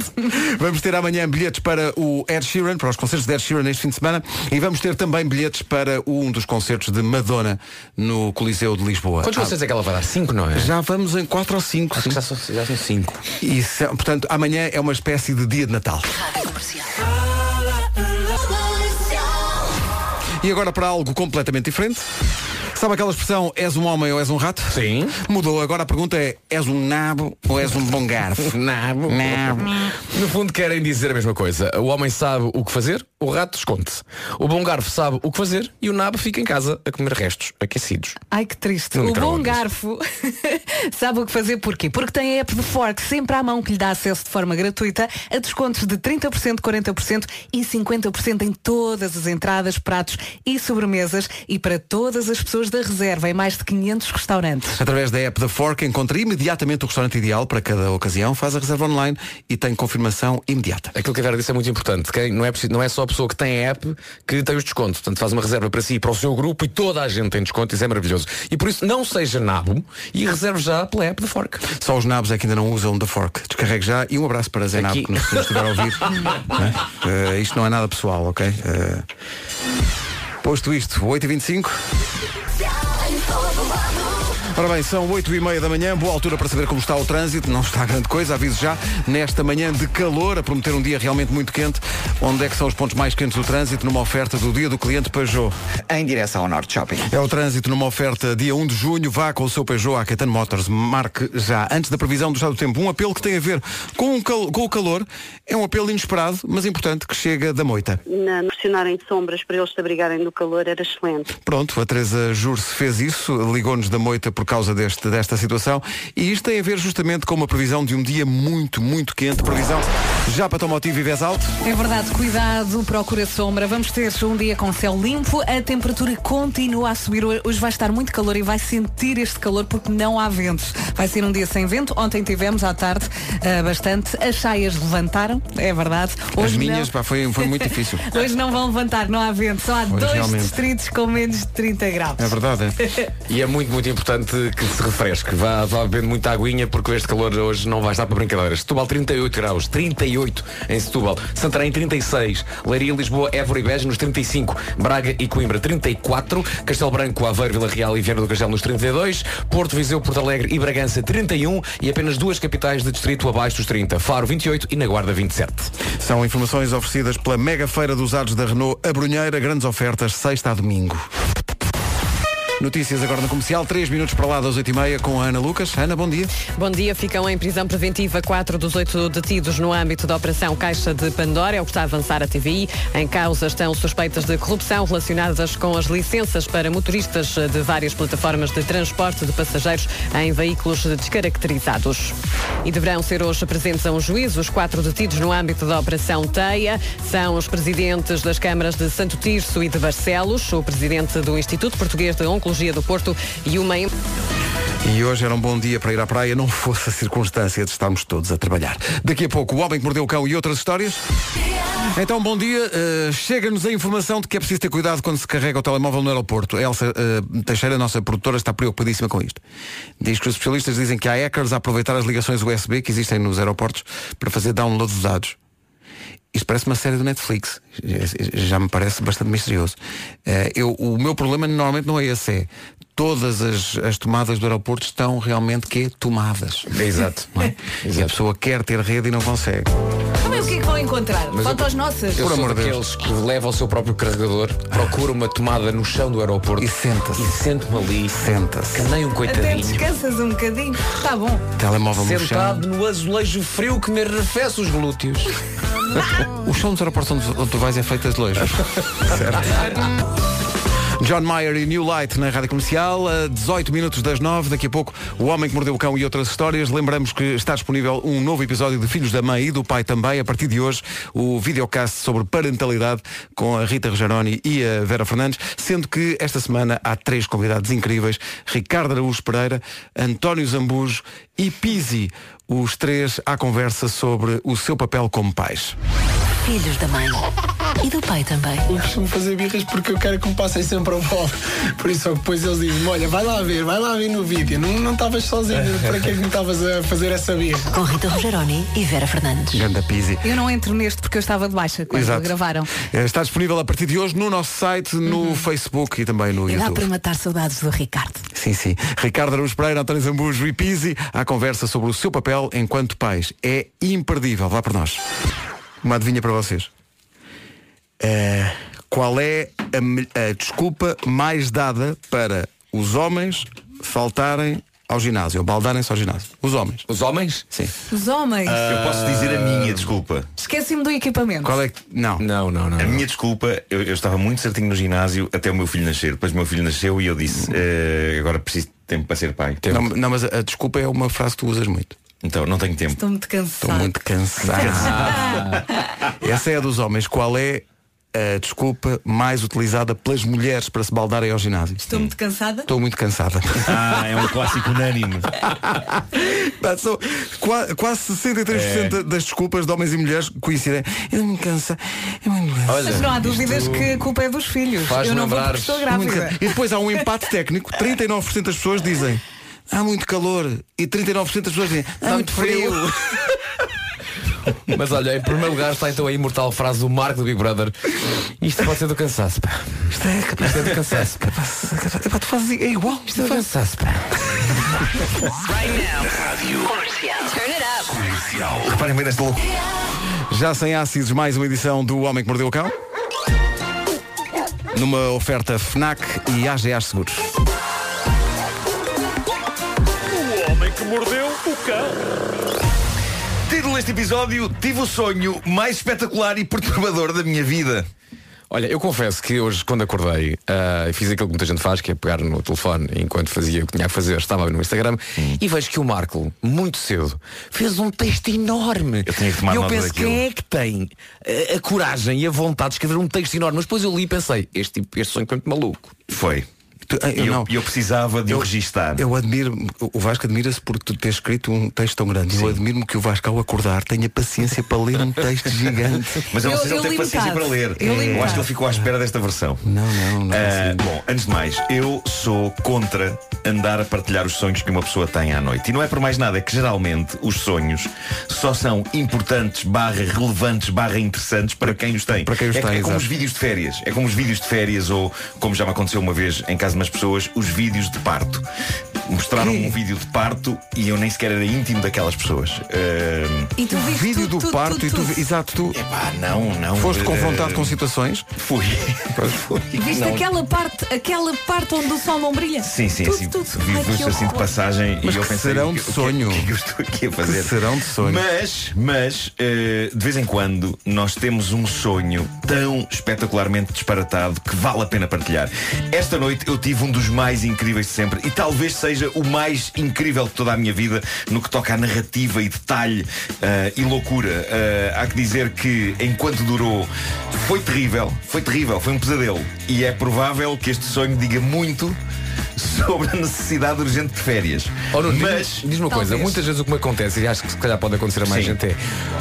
Vamos ter amanhã bilhetes para o Ed Sheeran, para os concertos de Ed Sheeran neste fim de semana e vamos ter também bilhetes para um dos concertos de Madonna no Coliseu de Lisboa. Ah.
Quantos concertos é que ela vai dar? Cinco, não é?
Já vamos em 4 ou 5. Acho
que já são, já são cinco.
E, se- portanto, amanhã é uma espécie de dia de Natal. E agora para algo completamente diferente. Sabe aquela expressão és um homem ou és um rato? Sim. Mudou. Agora a pergunta é és um nabo ou és um bom garfo?
nabo.
Nabo.
No fundo querem dizer a mesma coisa. O homem sabe o que fazer, o rato esconde-se. O bom garfo sabe o que fazer e o nabo fica em casa a comer restos aquecidos.
Ai que triste.
No
o bom
microondas.
garfo sabe o que fazer porquê? Porque tem a app de Fork sempre à mão que lhe dá acesso de forma gratuita a descontos de 30%, 40% e 50% em todas as entradas, pratos e sobremesas e para todas as pessoas da reserva em mais de 500 restaurantes.
Através da app da Fork encontra imediatamente o restaurante ideal para cada ocasião, faz a reserva online e tem confirmação imediata.
Aquilo que a Vera disse é muito importante. Quem não, é preciso, não é só a pessoa que tem a app que tem os descontos. Portanto, faz uma reserva para si e para o seu grupo e toda a gente tem desconto. Isso é maravilhoso. E por isso, não seja nabo e reserve já pela app da Fork.
Só os nabos é que ainda não usam da Fork. Descarregue já e um abraço para Zé Nabo
Aqui.
que nos, nos estiver a ouvir. Né? Eh, isto não é nada pessoal, ok? Eh, posto isto, 8h25. Ora bem, são 8h30 da manhã, boa altura para saber como está o trânsito, não está grande coisa, aviso já, nesta manhã de calor, a prometer um dia realmente muito quente, onde é que são os pontos mais quentes do trânsito numa oferta do dia do cliente Peugeot?
Em direção ao Norte Shopping.
É o trânsito numa oferta dia 1 de junho. Vá com o seu Peugeot à Caetano Motors. Marque já, antes da previsão do estado do tempo, um apelo que tem a ver com, um cal- com o calor. É um apelo inesperado, mas importante, que chega da moita.
Na, pressionarem sombras para eles se abrigarem do calor era excelente.
Pronto, a Teresa Jurse fez isso, ligou-nos da moita por causa deste, desta situação e isto tem a ver justamente com uma previsão de um dia muito, muito quente. Previsão já para Tomotivo e Vez Alto.
É verdade, cuidado, procura sombra. Vamos ter um dia com céu limpo, a temperatura continua a subir. Hoje vai estar muito calor e vai sentir este calor porque não há ventos. Vai ser um dia sem vento. Ontem tivemos à tarde ah, bastante. As saias levantaram, é verdade.
As
Hoje
minhas,
não.
pá, foi, foi muito difícil.
Hoje não vão levantar, não há vento. Só há dois
realmente.
distritos com menos de 30 graus.
É verdade,
E é muito, muito importante que se refresque. Vá, vá bebendo muita aguinha porque este calor hoje não vai estar para brincadeiras. Setúbal 38 graus, 38 em Setúbal. Santarém 36, Leiria, Lisboa, Évora e Beja nos 35, Braga e Coimbra 34, Castelo Branco, Aveiro, Vila Real e Viana do Castelo nos 32, Porto Viseu, Porto Alegre e Bragança 31 e apenas duas capitais de distrito abaixo dos 30, Faro 28 e na Guarda 27.
São informações oferecidas pela mega feira dos usados da Renault, a Brunheira, grandes ofertas, sexta a domingo. Notícias agora na comercial, 3 minutos para lá das 8h30 com a Ana Lucas. Ana, bom dia.
Bom dia, ficam em prisão preventiva quatro dos oito detidos no âmbito da Operação Caixa de Pandora, é o que está a avançar a TVI. Em causa estão suspeitas de corrupção relacionadas com as licenças para motoristas de várias plataformas de transporte de passageiros em veículos descaracterizados. E deverão ser hoje presentes a um juízo os quatro detidos no âmbito da Operação Teia. São os presidentes das câmaras de Santo Tirso e de Barcelos, o presidente do Instituto Português de Oncologia do Porto e uma... em-
E hoje era um bom dia para ir à praia, não fosse a circunstância de estarmos todos a trabalhar. Daqui a pouco, o Homem que Mordeu o Cão e outras histórias. Então, bom dia. Eh, Chega-nos a informação de que é preciso ter cuidado quando se carrega o telemóvel no aeroporto. A Elsa eh, Teixeira, a nossa produtora, está preocupadíssima com isto. Diz que os especialistas dizem que há hackers a aproveitar as ligações USB que existem nos aeroportos para fazer download de dados. Isto parece uma série do Netflix. Já- Já me parece bastante misterioso. Eh, eu- o meu problema normalmente não é esse. É todas as, as tomadas do aeroporto estão realmente que tomadas. Exato. E a pessoa quer ter rede e não consegue.
Como é o que é que vão encontrar?
Mas
Fotos nossas?
Eu sou daqueles que leva o seu próprio carregador, procura uma tomada no chão do aeroporto e
senta-se.
E sento-me ali.
Senta-se.
Que nem um
Até
coitadinho.
descansas um bocadinho. Está bom.
Telemóvel no chão.
Sentado no azulejo frio que me arrefece os glúteos.
O chão dos aeroportos onde, onde tu vais é feito de azulejos. certo. John Mayer e New Light na Rádio Comercial, a 18 minutos das 9, daqui a pouco O Homem que Mordeu o Cão e outras histórias. Lembramos que está disponível um novo episódio de Filhos da Mãe e do Pai também, a partir de hoje, o videocast sobre parentalidade com a Rita Rogeroni e a Vera Fernandes, sendo que esta semana há três convidados incríveis, Ricardo Araújo Pereira, António Zambujo e Pizzi, os três à conversa sobre o seu papel como pais.
Filhos da mãe e do pai também.
Eu costumo fazer birras porque eu quero que me passem sempre ao bola. Por isso, depois eles dizem olha, vai lá ver, vai lá ver no vídeo. Não não estavas sozinho, para que é que me estavas a fazer essa birra?
Com Rita Rogeroni e Vera Fernandes.
Ganda Pizzi.
Eu não entro neste porque eu estava de baixa quando
Exato.
gravaram.
Eh, Está disponível a partir de hoje no nosso site, no Facebook e também no
E dá
YouTube.
para matar saudades do Ricardo.
Sim, sim. Ricardo Araújo Pereira, António Zambujo e Pizzi à conversa sobre o seu papel enquanto pais. É imperdível. Vá para nós. Uma adivinha para vocês. Eh, qual é a, me- a desculpa mais dada para os homens faltarem ao ginásio, ou baldarem-se ao ginásio? Os homens.
Os homens?
Sim.
Os homens.
Ah, Eu posso dizer a minha desculpa.
Esqueci-me do equipamento.
é que. Não.
Não, não, não.
A minha desculpa, eu, eu estava muito certinho no ginásio até o meu filho nascer. Depois o meu filho nasceu e eu disse, "Eh, agora preciso de tempo para ser pai.
Não, não, mas a, a desculpa é uma frase que tu usas muito.
Então, não tenho tempo.
Estou muito cansado.
Estou muito cansado. Essa é a dos homens. Qual é a desculpa mais utilizada pelas mulheres para se baldarem ao ginásio?
Estou muito cansada.
Estou muito cansada.
Ah, é um clássico unânime.
Pá, são qua- Quase 63%
É.
das desculpas de homens e mulheres coincidem. Eu me cansa. Eu me cansa.
Mas não há dúvidas que a culpa é dos filhos. Eu não vou porque estou grávida.
E depois há um empate técnico. 39% das pessoas dizem há muito calor. E 39% das pessoas dizem há muito frio.
Mas olha, em primeiro lugar está então a imortal frase do Marco do Big Brother. Isto pode ser do cansaço, pá.
Isto é capaz
Isto é do cansaço, pá.
Epá, tu fazes é igual. Isto é do
cansaço, pá.
Reparem bem nesta loucura.
Já sem ácidos, mais uma edição do Homem que Mordeu o Cão. Numa oferta FNAC e AGA Seguros.
O homem que mordeu o cão. Título deste episódio, tive o sonho mais espetacular e perturbador da minha vida.
Olha, eu confesso que hoje, quando acordei, ah, fiz aquilo que muita gente faz, que é pegar no telefone enquanto fazia o que tinha a fazer, estava no Instagram,
Hum.
e vejo que o Marco, muito cedo, fez um texto enorme. Eu
tinha que tomar
E eu
nota
penso,
daquilo.
quem é que tem eh, a, coragem e a vontade de escrever um texto enorme? Mas depois eu li e pensei, este tipo, este sonho quanto maluco.
Foi.
ah, eu
eu,
não.
eu precisava de o
Eu-
registar.
Eu admiro, o Vasco admira-se por tu ter escrito um texto tão grande. Eu admiro-me que o Vasco, ao acordar, tenha paciência para ler um texto gigante.
Mas é eu não sei se ele teve paciência para ler.
Eu
Eu,
limitado.
acho que ele ficou à espera desta versão.
Não, não, não.
Ah, bom, antes de mais, eu sou contra andar a partilhar os sonhos que uma pessoa tem à noite. E não é por mais nada, é que geralmente os sonhos só são importantes, barra, relevantes, barra, interessantes para quem os tem. Para
quem os
é,
tem,
é como os
exato.
vídeos de férias. É como os vídeos de férias ou, como já me aconteceu uma vez em casa de umas pessoas, os vídeos de parto. Mostraram um vídeo de parto e eu nem sequer era íntimo daquelas pessoas. Ah, Ahm,
E tu viste Vídeo tudo, do tudo, parto tudo, e tu- tudo. exato, tu.
Epá, não, não.
Foste
eh,
confrontado com situações?
Fui. Fui.
Viste
Não,
aquela parte, aquela parte onde o sol não brilha?
Sim, sim,
tudo,
sim.
Tudo.
Vi
Ai, que
vos assim de
horror.
passagem
Mas
e eu
que
pensei.
serão
o
de
o
sonho.
O que, é que eu estou aqui a fazer?
serão de sonho.
Mas, mas, eh, de vez em quando, nós temos um sonho tão espetacularmente disparatado que vale a pena partilhar. Esta noite eu tive um dos mais incríveis de sempre e talvez seja o mais incrível de toda a minha vida no que toca a narrativa e detalhe eh, e loucura. Eh, há que dizer que enquanto durou foi terrível, foi terrível, foi um pesadelo. E é provável que este sonho diga muito sobre a necessidade urgente de férias.
Oh, Nuno, diz-me-
mas
diz-me uma coisa, muitas vezes o que me acontece, e acho que se calhar pode acontecer a mais
Sim.
gente, é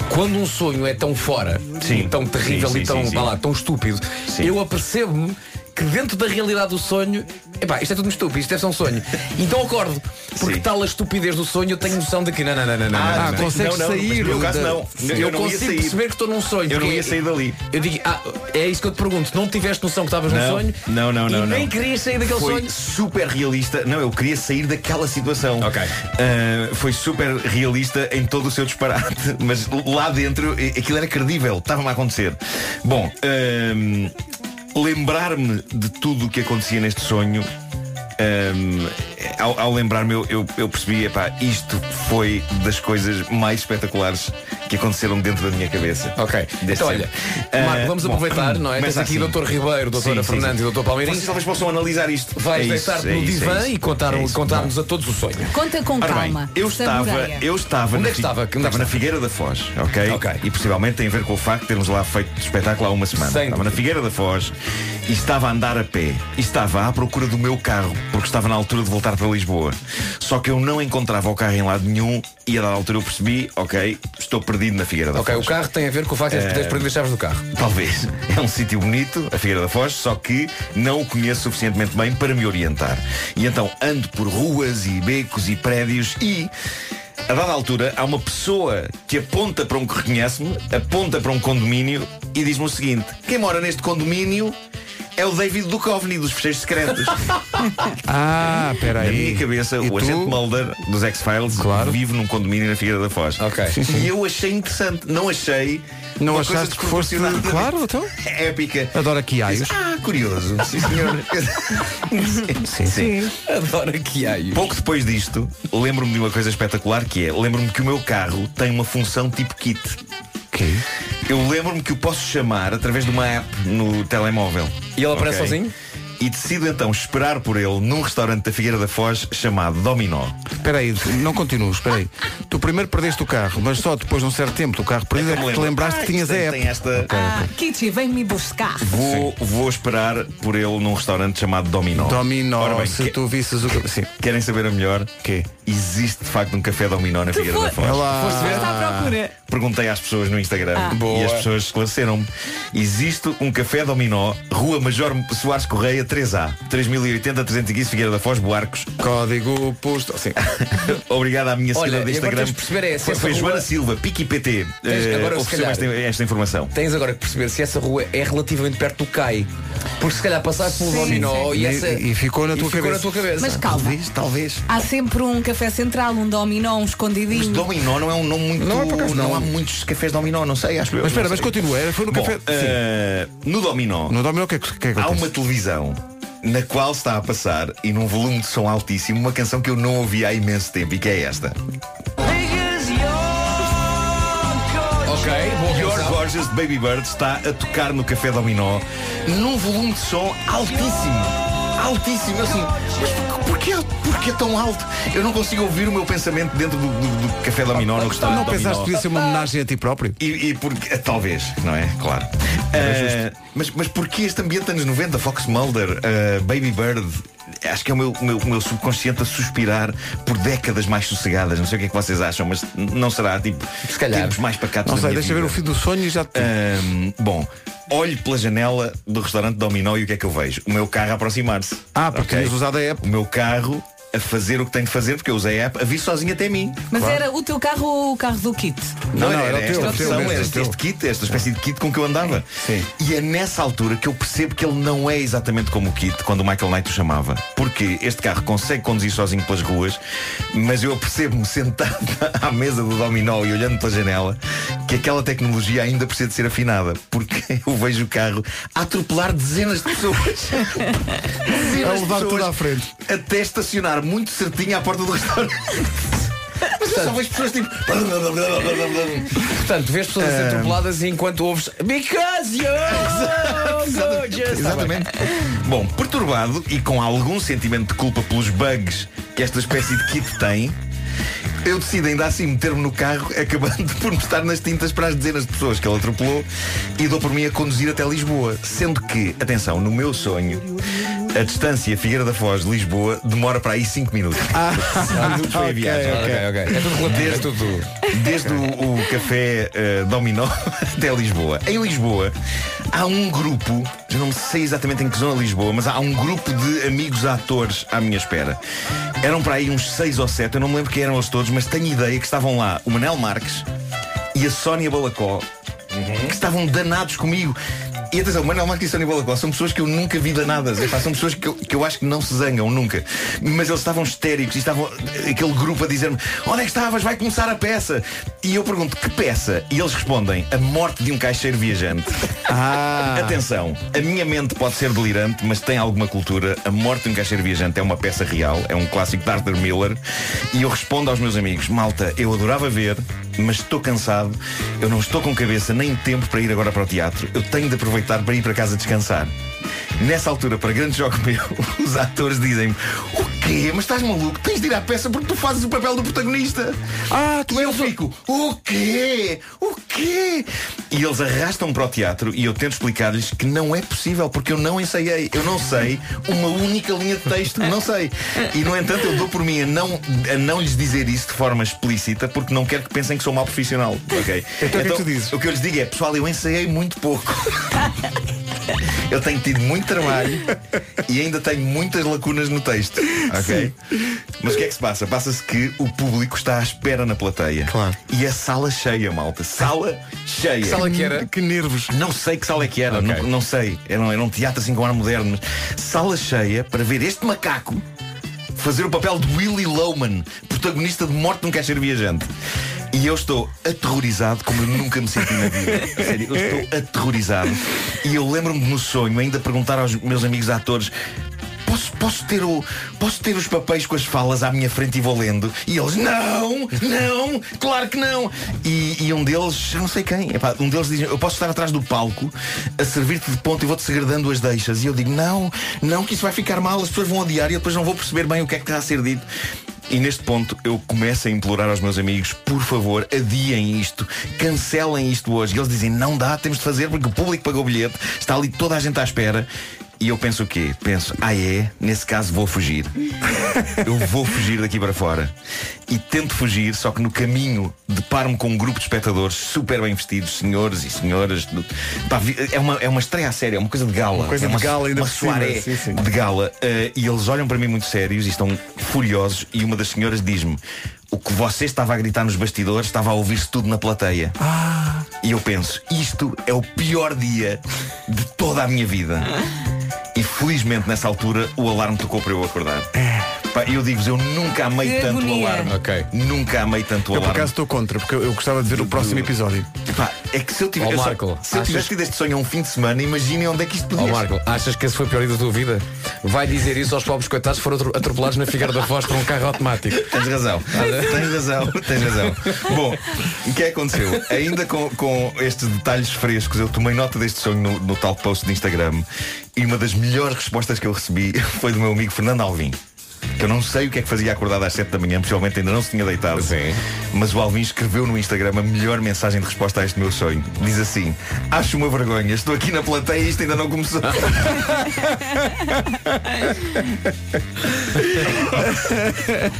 quando um sonho é tão fora,
Sim.
e tão terrível
Sim, sim,
e tão,
sim, sim.
vá lá, tão estúpido, eu apercebo-me que dentro da realidade do sonho, epá, isto é tudo estúpido, isto deve ser um sonho. Então acordo, porque tal a estupidez do sonho, eu tenho noção de que não, não, não, não, não,
Ah,
não,
não,
não.
consegues Não, não, mas sair no meu caso da- não. Eu
Eu,
não ia
consigo
sair.
perceber que estou num sonho.
Eu não
porque
ia sair dali.
Eu digo, ah, é isso que eu te pergunto, não tiveste noção que estavas num
Não,
sonho?
Não, não,
e
não.
nem
não.
querias sair daquele
foi
sonho?
super realista. Não, eu queria sair daquela situação. Ok. foi super realista em todo o seu disparate, mas lá dentro eh, aquilo era credível, estava-me a acontecer. Bom, ahm, lembrar-me de tudo o que acontecia neste sonho. ahm, ao, ao lembrar-me eu, eu, eu percebi, epá, isto foi das coisas mais espetaculares que aconteceram dentro da minha cabeça. Ok.
Então, olha,
Eh, Ah,
Marco, vamos aproveitar, não é? Tens
assim.
aqui o Dr. Ribeiro, Dra. Fernandes e Dr. Palmeirinho.
Vocês talvez possam analisar isto.
Vais
É isso,
deitar-te
é
no
isso,
divã
é isso.
e contar,
É isso.
contar-nos a todos o sonho.
Conta com
Ora bem,
calma.
eu estava,
saboreia.
eu estava,
Onde
na
é que
fi-
estava? Onde é que
na
estava?
Figueira da Foz, ok? E possivelmente tem a ver com o facto de termos lá feito espetáculo há uma semana.
Sem
estava na Figueira da Foz e estava a andar a pé. E estava à procura do meu carro, porque estava na altura de voltar para Lisboa. Só que eu não encontrava o carro em lado nenhum e a dada altura eu percebi, ok, estou perdido na Figueira da
Ok,
um
Foz.
o carro tem a ver com o facto de
Eh,
É.
teres perdido as chaves do carro.
Talvez. É um sítio bonito, a Figueira da Foz, só que não o conheço suficientemente bem para me orientar. E então ando por ruas e becos e prédios e. A dada altura, há uma pessoa que aponta para um que reconhece-me, aponta para um condomínio e diz-me o seguinte: quem mora neste condomínio é o David Duchovny dos Fecheiros Secretos.
Ah, peraí.
Na minha cabeça, o agente Mulder dos X-Files vive num condomínio na Figueira da Foz.
Sim, sim.
E eu achei interessante. Não achei.
Não
uma
achaste que
coisa
foste-
desproporcionada.
claro, então.
É Épica.
Adoro aqui
Diz, Ah, curioso. Sim, senhor. sim, sim.
Adoro que há
Pouco depois disto, lembro-me de uma coisa espetacular que é, lembro-me que o meu carro tem uma função tipo kit.
Que?
Eu lembro-me que o posso chamar através de uma app no telemóvel.
E ele aparece
Ok?
sozinho?
E decido então esperar por ele num restaurante da Figueira da Foz chamado Dominó.
Espera aí, não continuo, espera aí. Tu primeiro perdeste o carro, mas só depois de um certo tempo do carro perdido é que te lembraste que tinhas a
Ah, Tem-
app.
tem esta...
Ah, Kitty, vem-me buscar.
Vou, vou esperar por ele num restaurante chamado Dominó.
Dominó,
Ora bem,
se
que-
tu visses o... Sim.
Querem saber a melhor?
Que
existe de facto um café Dominó na Figueira da
fo-
Foz.
Olá. Foste ver? Foste à procura.
Perguntei às pessoas no Instagram
Ah.
e
Boa.
as pessoas esclareceram-me. Existe um café Dominó, Rua Major Soares Correia 3A, 3080 315 Figueira da Foz, Buarcos.
Código posto. Sim.
Obrigado à minha
Olha,
seguidora do
agora
Instagram.
tens de perceber é se
foi
essa
foi
rua-
Joana Silva, PicPT,
Tens-
eh,
agora, se
ofereceu esta,
calhar-
esta informação.
Tens agora que perceber se essa rua é relativamente perto do CAI. Porque se calhar passaste pelo
Sim,
dominó
sim.
e, essa.
E- e ficou na tua cabeça.
Mas calma.
Talvez, talvez.
Há sempre um café central, um dominó, um escondidinho.
Mas dominó não é um nome muito.
Não é por acaso, não.
há muitos cafés dominó, não sei, acho eu.
Mas espera,
não
mas
sei.
continua, era- foi no
Bom,
café-
eh, no dominó.
No dominó o que é que, o que é que
Há
acontece?
uma televisão na qual está a passar e num volume de som altíssimo uma canção que eu não ouvi há imenso tempo e que é esta.
Ok,
Your Gorgeous de Baby Bird está a tocar no Café Dominó num volume de som altíssimo. Altíssimo, Eu assim, mas por- porquê, porquê tão alto? Eu não consigo ouvir o meu pensamento dentro do, do- do Café Dominó no restaurante
Não pensaste que
Dominó.
podia ser uma homenagem a ti próprio?
E, e porque, talvez, não é? Claro. Eh, mas, mas porquê este ambiente anos 90? Fox Mulder, eh, Baby Bird. Acho que é o meu, o meu- o meu subconsciente a suspirar por décadas mais sossegadas. Não sei o que é que vocês acham, mas n- não será tipo Se
calhar.
tempos mais pacatos.
Não
da
sei,
minha
deixa ver
vida.
o fim do sonho e já te...
Ahm, bom, olho pela janela do restaurante Dominó e o que é que eu vejo? O meu carro a aproximar-se.
Ah, porque
Ok?
tinhas usado a app.
O meu carro a fazer o que tem de fazer, porque eu usei a app, a vir sozinho até mim.
Mas é
Claro.
era o teu carro ou o carro do kit?
Não, não, era, esta
Era
versão, era este, este kit, esta espécie de kit com que eu andava. E é nessa altura que eu percebo que ele não é exatamente como o kit quando o Michael Knight o chamava. Porque este carro consegue conduzir sozinho pelas ruas, mas eu percebo-me sentado à mesa do dominó e olhando pela janela que aquela tecnologia ainda precisa de ser afinada. Porque eu vejo o carro a atropelar dezenas de pessoas.
A levar tudo à
frente. Até estacionar muito certinho à porta do restaurante. Mas eu só vejo pessoas tipo.
Portanto, vês pessoas a
É.
ser atropeladas e enquanto ouves Because
Oh,
you're gorgeous
Exatamente. Bom, perturbado e com algum sentimento de culpa pelos bugs que esta espécie de kit tem, eu decido ainda assim meter-me no carro, acabando por me estar nas tintas para as dezenas de pessoas que ele atropelou e dou por mim a conduzir até Lisboa. Sendo que, atenção, no meu sonho, a distância Figueira da Foz de Lisboa demora para aí 5 minutos.
Ah,
Cinco minutos foi a
ok,
viagem.
ok, ok. É tudo relativo,
Desde-
é tudo-
Desde o, o café eh, Dominó até Lisboa. Em Lisboa há um grupo, eu não sei exatamente em que zona de Lisboa, mas há um grupo de amigos atores à minha espera. Eram para aí uns seis ou sete, eu não me lembro quem eram eles todos, mas tenho ideia que estavam lá o Manel Marques e a Sónia Balacó, que estavam danados comigo. E atenção, o Manuel Marques e a Sónia Balacó são pessoas que eu nunca vi danadas. Epá, são pessoas que eu, que eu acho que não se zangam nunca. Mas eles estavam histéricos e estavam aquele grupo a dizer-me onde é que estavas? Vai começar a peça. E eu pergunto que peça? E eles respondem a morte de um caixeiro viajante. Atenção, a minha mente pode ser delirante, mas tem alguma cultura. A morte de um caixeiro viajante é uma peça real, é um clássico de Arthur Miller. E eu respondo aos meus amigos, malta, eu adorava ver, mas estou cansado, eu não estou com cabeça nem tempo para ir agora para o teatro. Eu tenho de aproveitar para ir para casa descansar. Nessa altura, para grande jogo meu, os atores dizem-me O quê? Mas estás maluco? Tens de ir à peça porque tu fazes o papel do protagonista Ah, tu e eu fico O quê? O quê? E eles arrastam-me para o teatro e eu tento explicar-lhes que não é possível Porque eu não ensaiei Eu não sei uma única linha de texto Não sei E no entanto eu dou por mim a não, a não lhes dizer isso de forma explícita Porque não quero que pensem que sou mau profissional Ok?
Então o que é que tu
dizes? O que eu lhes digo é Pessoal, eu ensaiei muito pouco eu tenho tido muito trabalho e ainda tenho muitas lacunas no texto. Ok? Mas o que é que se passa? Passa-se que o público está à espera na plateia. Claro. E a sala cheia, malta. Sala cheia.
Que
é
sala que era?
Que nervos. Não sei que sala é que era. Não, não sei. Era um, era um teatro assim com ar moderno. Mas sala cheia para ver este macaco fazer o papel de Willy Loman, protagonista de Morte num Caixeiro Viajante. E eu estou aterrorizado como eu nunca me senti na vida. Sério, eu estou aterrorizado. E eu lembro-me de, no sonho ainda perguntar aos meus amigos atores. Posso, posso, ter o, posso ter os papéis com as falas à minha frente e vou lendo? E eles, não, não, claro que não. E, e um deles, eu não sei quem, epá, um deles diz, eu posso estar atrás do palco a servir-te de ponto e vou-te segredando as deixas. E eu digo, não, não, que isso vai ficar mal, as pessoas vão odiar e eu depois não vou perceber bem o que é que está a ser dito. E neste ponto eu começo a implorar aos meus amigos, por favor, adiem isto, cancelem isto hoje. E eles dizem, não dá, temos de fazer porque o público pagou o bilhete, está ali toda a gente à espera. E eu penso o quê? Penso, ah é, nesse caso vou fugir. Eu vou fugir daqui para fora. E tento fugir, só que no caminho deparo-me com um grupo de espectadores super bem vestidos, senhores e senhoras. Pá, vi- é, uma, é uma estreia a sério, é uma coisa de gala.
Uma coisa
é
de gala ainda
uma
por cima,
soirée
sim, sim.
de gala. eh, e eles olham para mim muito sérios e estão furiosos. E uma das senhoras diz-me, o que você estava a gritar nos bastidores estava a ouvir-se tudo na plateia.
Ah,
E eu penso, isto é o pior dia de toda a minha vida. E felizmente nessa altura o alarme tocou para eu acordar. Pá, eu digo-vos, eu nunca amei
Que
tanto o
agonia.
alarme. Nunca amei tanto o
Eu por
alarme.
acaso estou contra, porque eu, eu gostava de ver o próximo episódio.
Pá, é que se eu, tivesse
Oh,
eu só-
Marco,
se eu tivesse
achas-
tido este sonho a um fim de semana, imaginem onde é que isto
Ó
podia
Oh, Marco, achas que esse foi o pior dia da tua vida? Vai dizer isso aos pobres coitados que foram atro- atropelados na Figueira da Foz por um carro automático.
Tens razão, tens razão, tens razão. Bom, o que é que aconteceu? Ainda com, com estes detalhes frescos, eu tomei nota deste sonho no, no tal post de Instagram e uma das melhores respostas que eu recebi foi do meu amigo Fernando Alvim. Que eu não sei o que é que fazia acordado às 7 da manhã, possivelmente ainda não se tinha deitado. Mas o Alvin escreveu no Instagram a melhor mensagem de resposta a este meu sonho. Diz assim, acho uma vergonha, estou aqui na plateia e isto ainda não começou.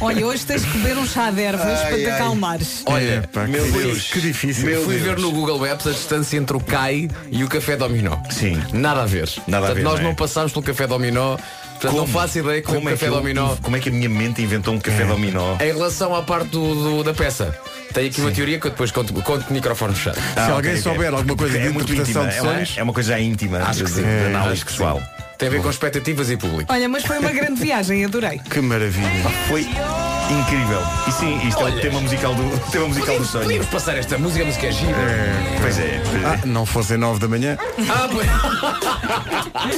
Olha, hoje tens que beber um chá de ervas para te acalmares.
É,
Olha,
meu
fui-
Deus, que difícil.
Meu fui
Deus.
ver no Google Maps a distância entre o CAI e o Café Dominó.
Sim.
Nada a ver.
Nada a
Portanto,
ver,
nós
não é?
não passámos pelo Café Dominó Portanto, não faço ideia como,
é que
café
eu-
dominó. É.
como é que a minha mente inventou um café dominó?
Em relação à parte do- do- da peça, tenho aqui uma teoria que eu depois conto, conto de microfone fechado.
Ah, ok, ok. é muito íntima, é uma- É uma coisa íntima
Acho que
de-
sim.
de
Acho
análise
que
pessoal.
Tem a ver com expectativas e público.
Olha, mas foi uma grande viagem, adorei.
Que maravilha.
Foi incrível. E sim, isto é o tema musical do, tema musical do sonho.
Podíamos passar esta música, a música é gira.
Pois é.
Ah, não fossem 9 da manhã.
Ah,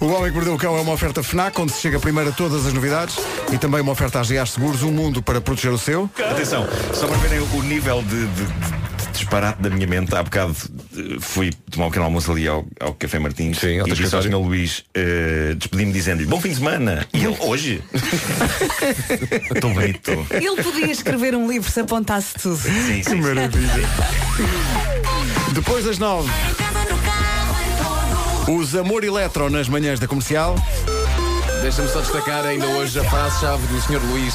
O Homem que Mordeu o Cão é uma oferta FNAC, onde se chega primeiro a todas as novidades e também uma oferta às GAs Seguros, um mundo para proteger o seu.
Atenção, só para verem o nível de, de- de- de disparate da minha mente, há bocado eh, fui tomar um pequeno almoço ali ao, ao Café Martins e
ao teu
disse ao
escritório.
Sr. Luís, eh, despedi-me dizendo-lhe, bom fim de semana. E ele, hoje? Tão bonito.
Ele podia escrever um livro se apontasse tudo.
Sim,
Que maravilha. Depois das 9. Os Amor Eletro nas manhãs da comercial.
Deixa-me só destacar ainda hoje a frase-chave do Sr. Luís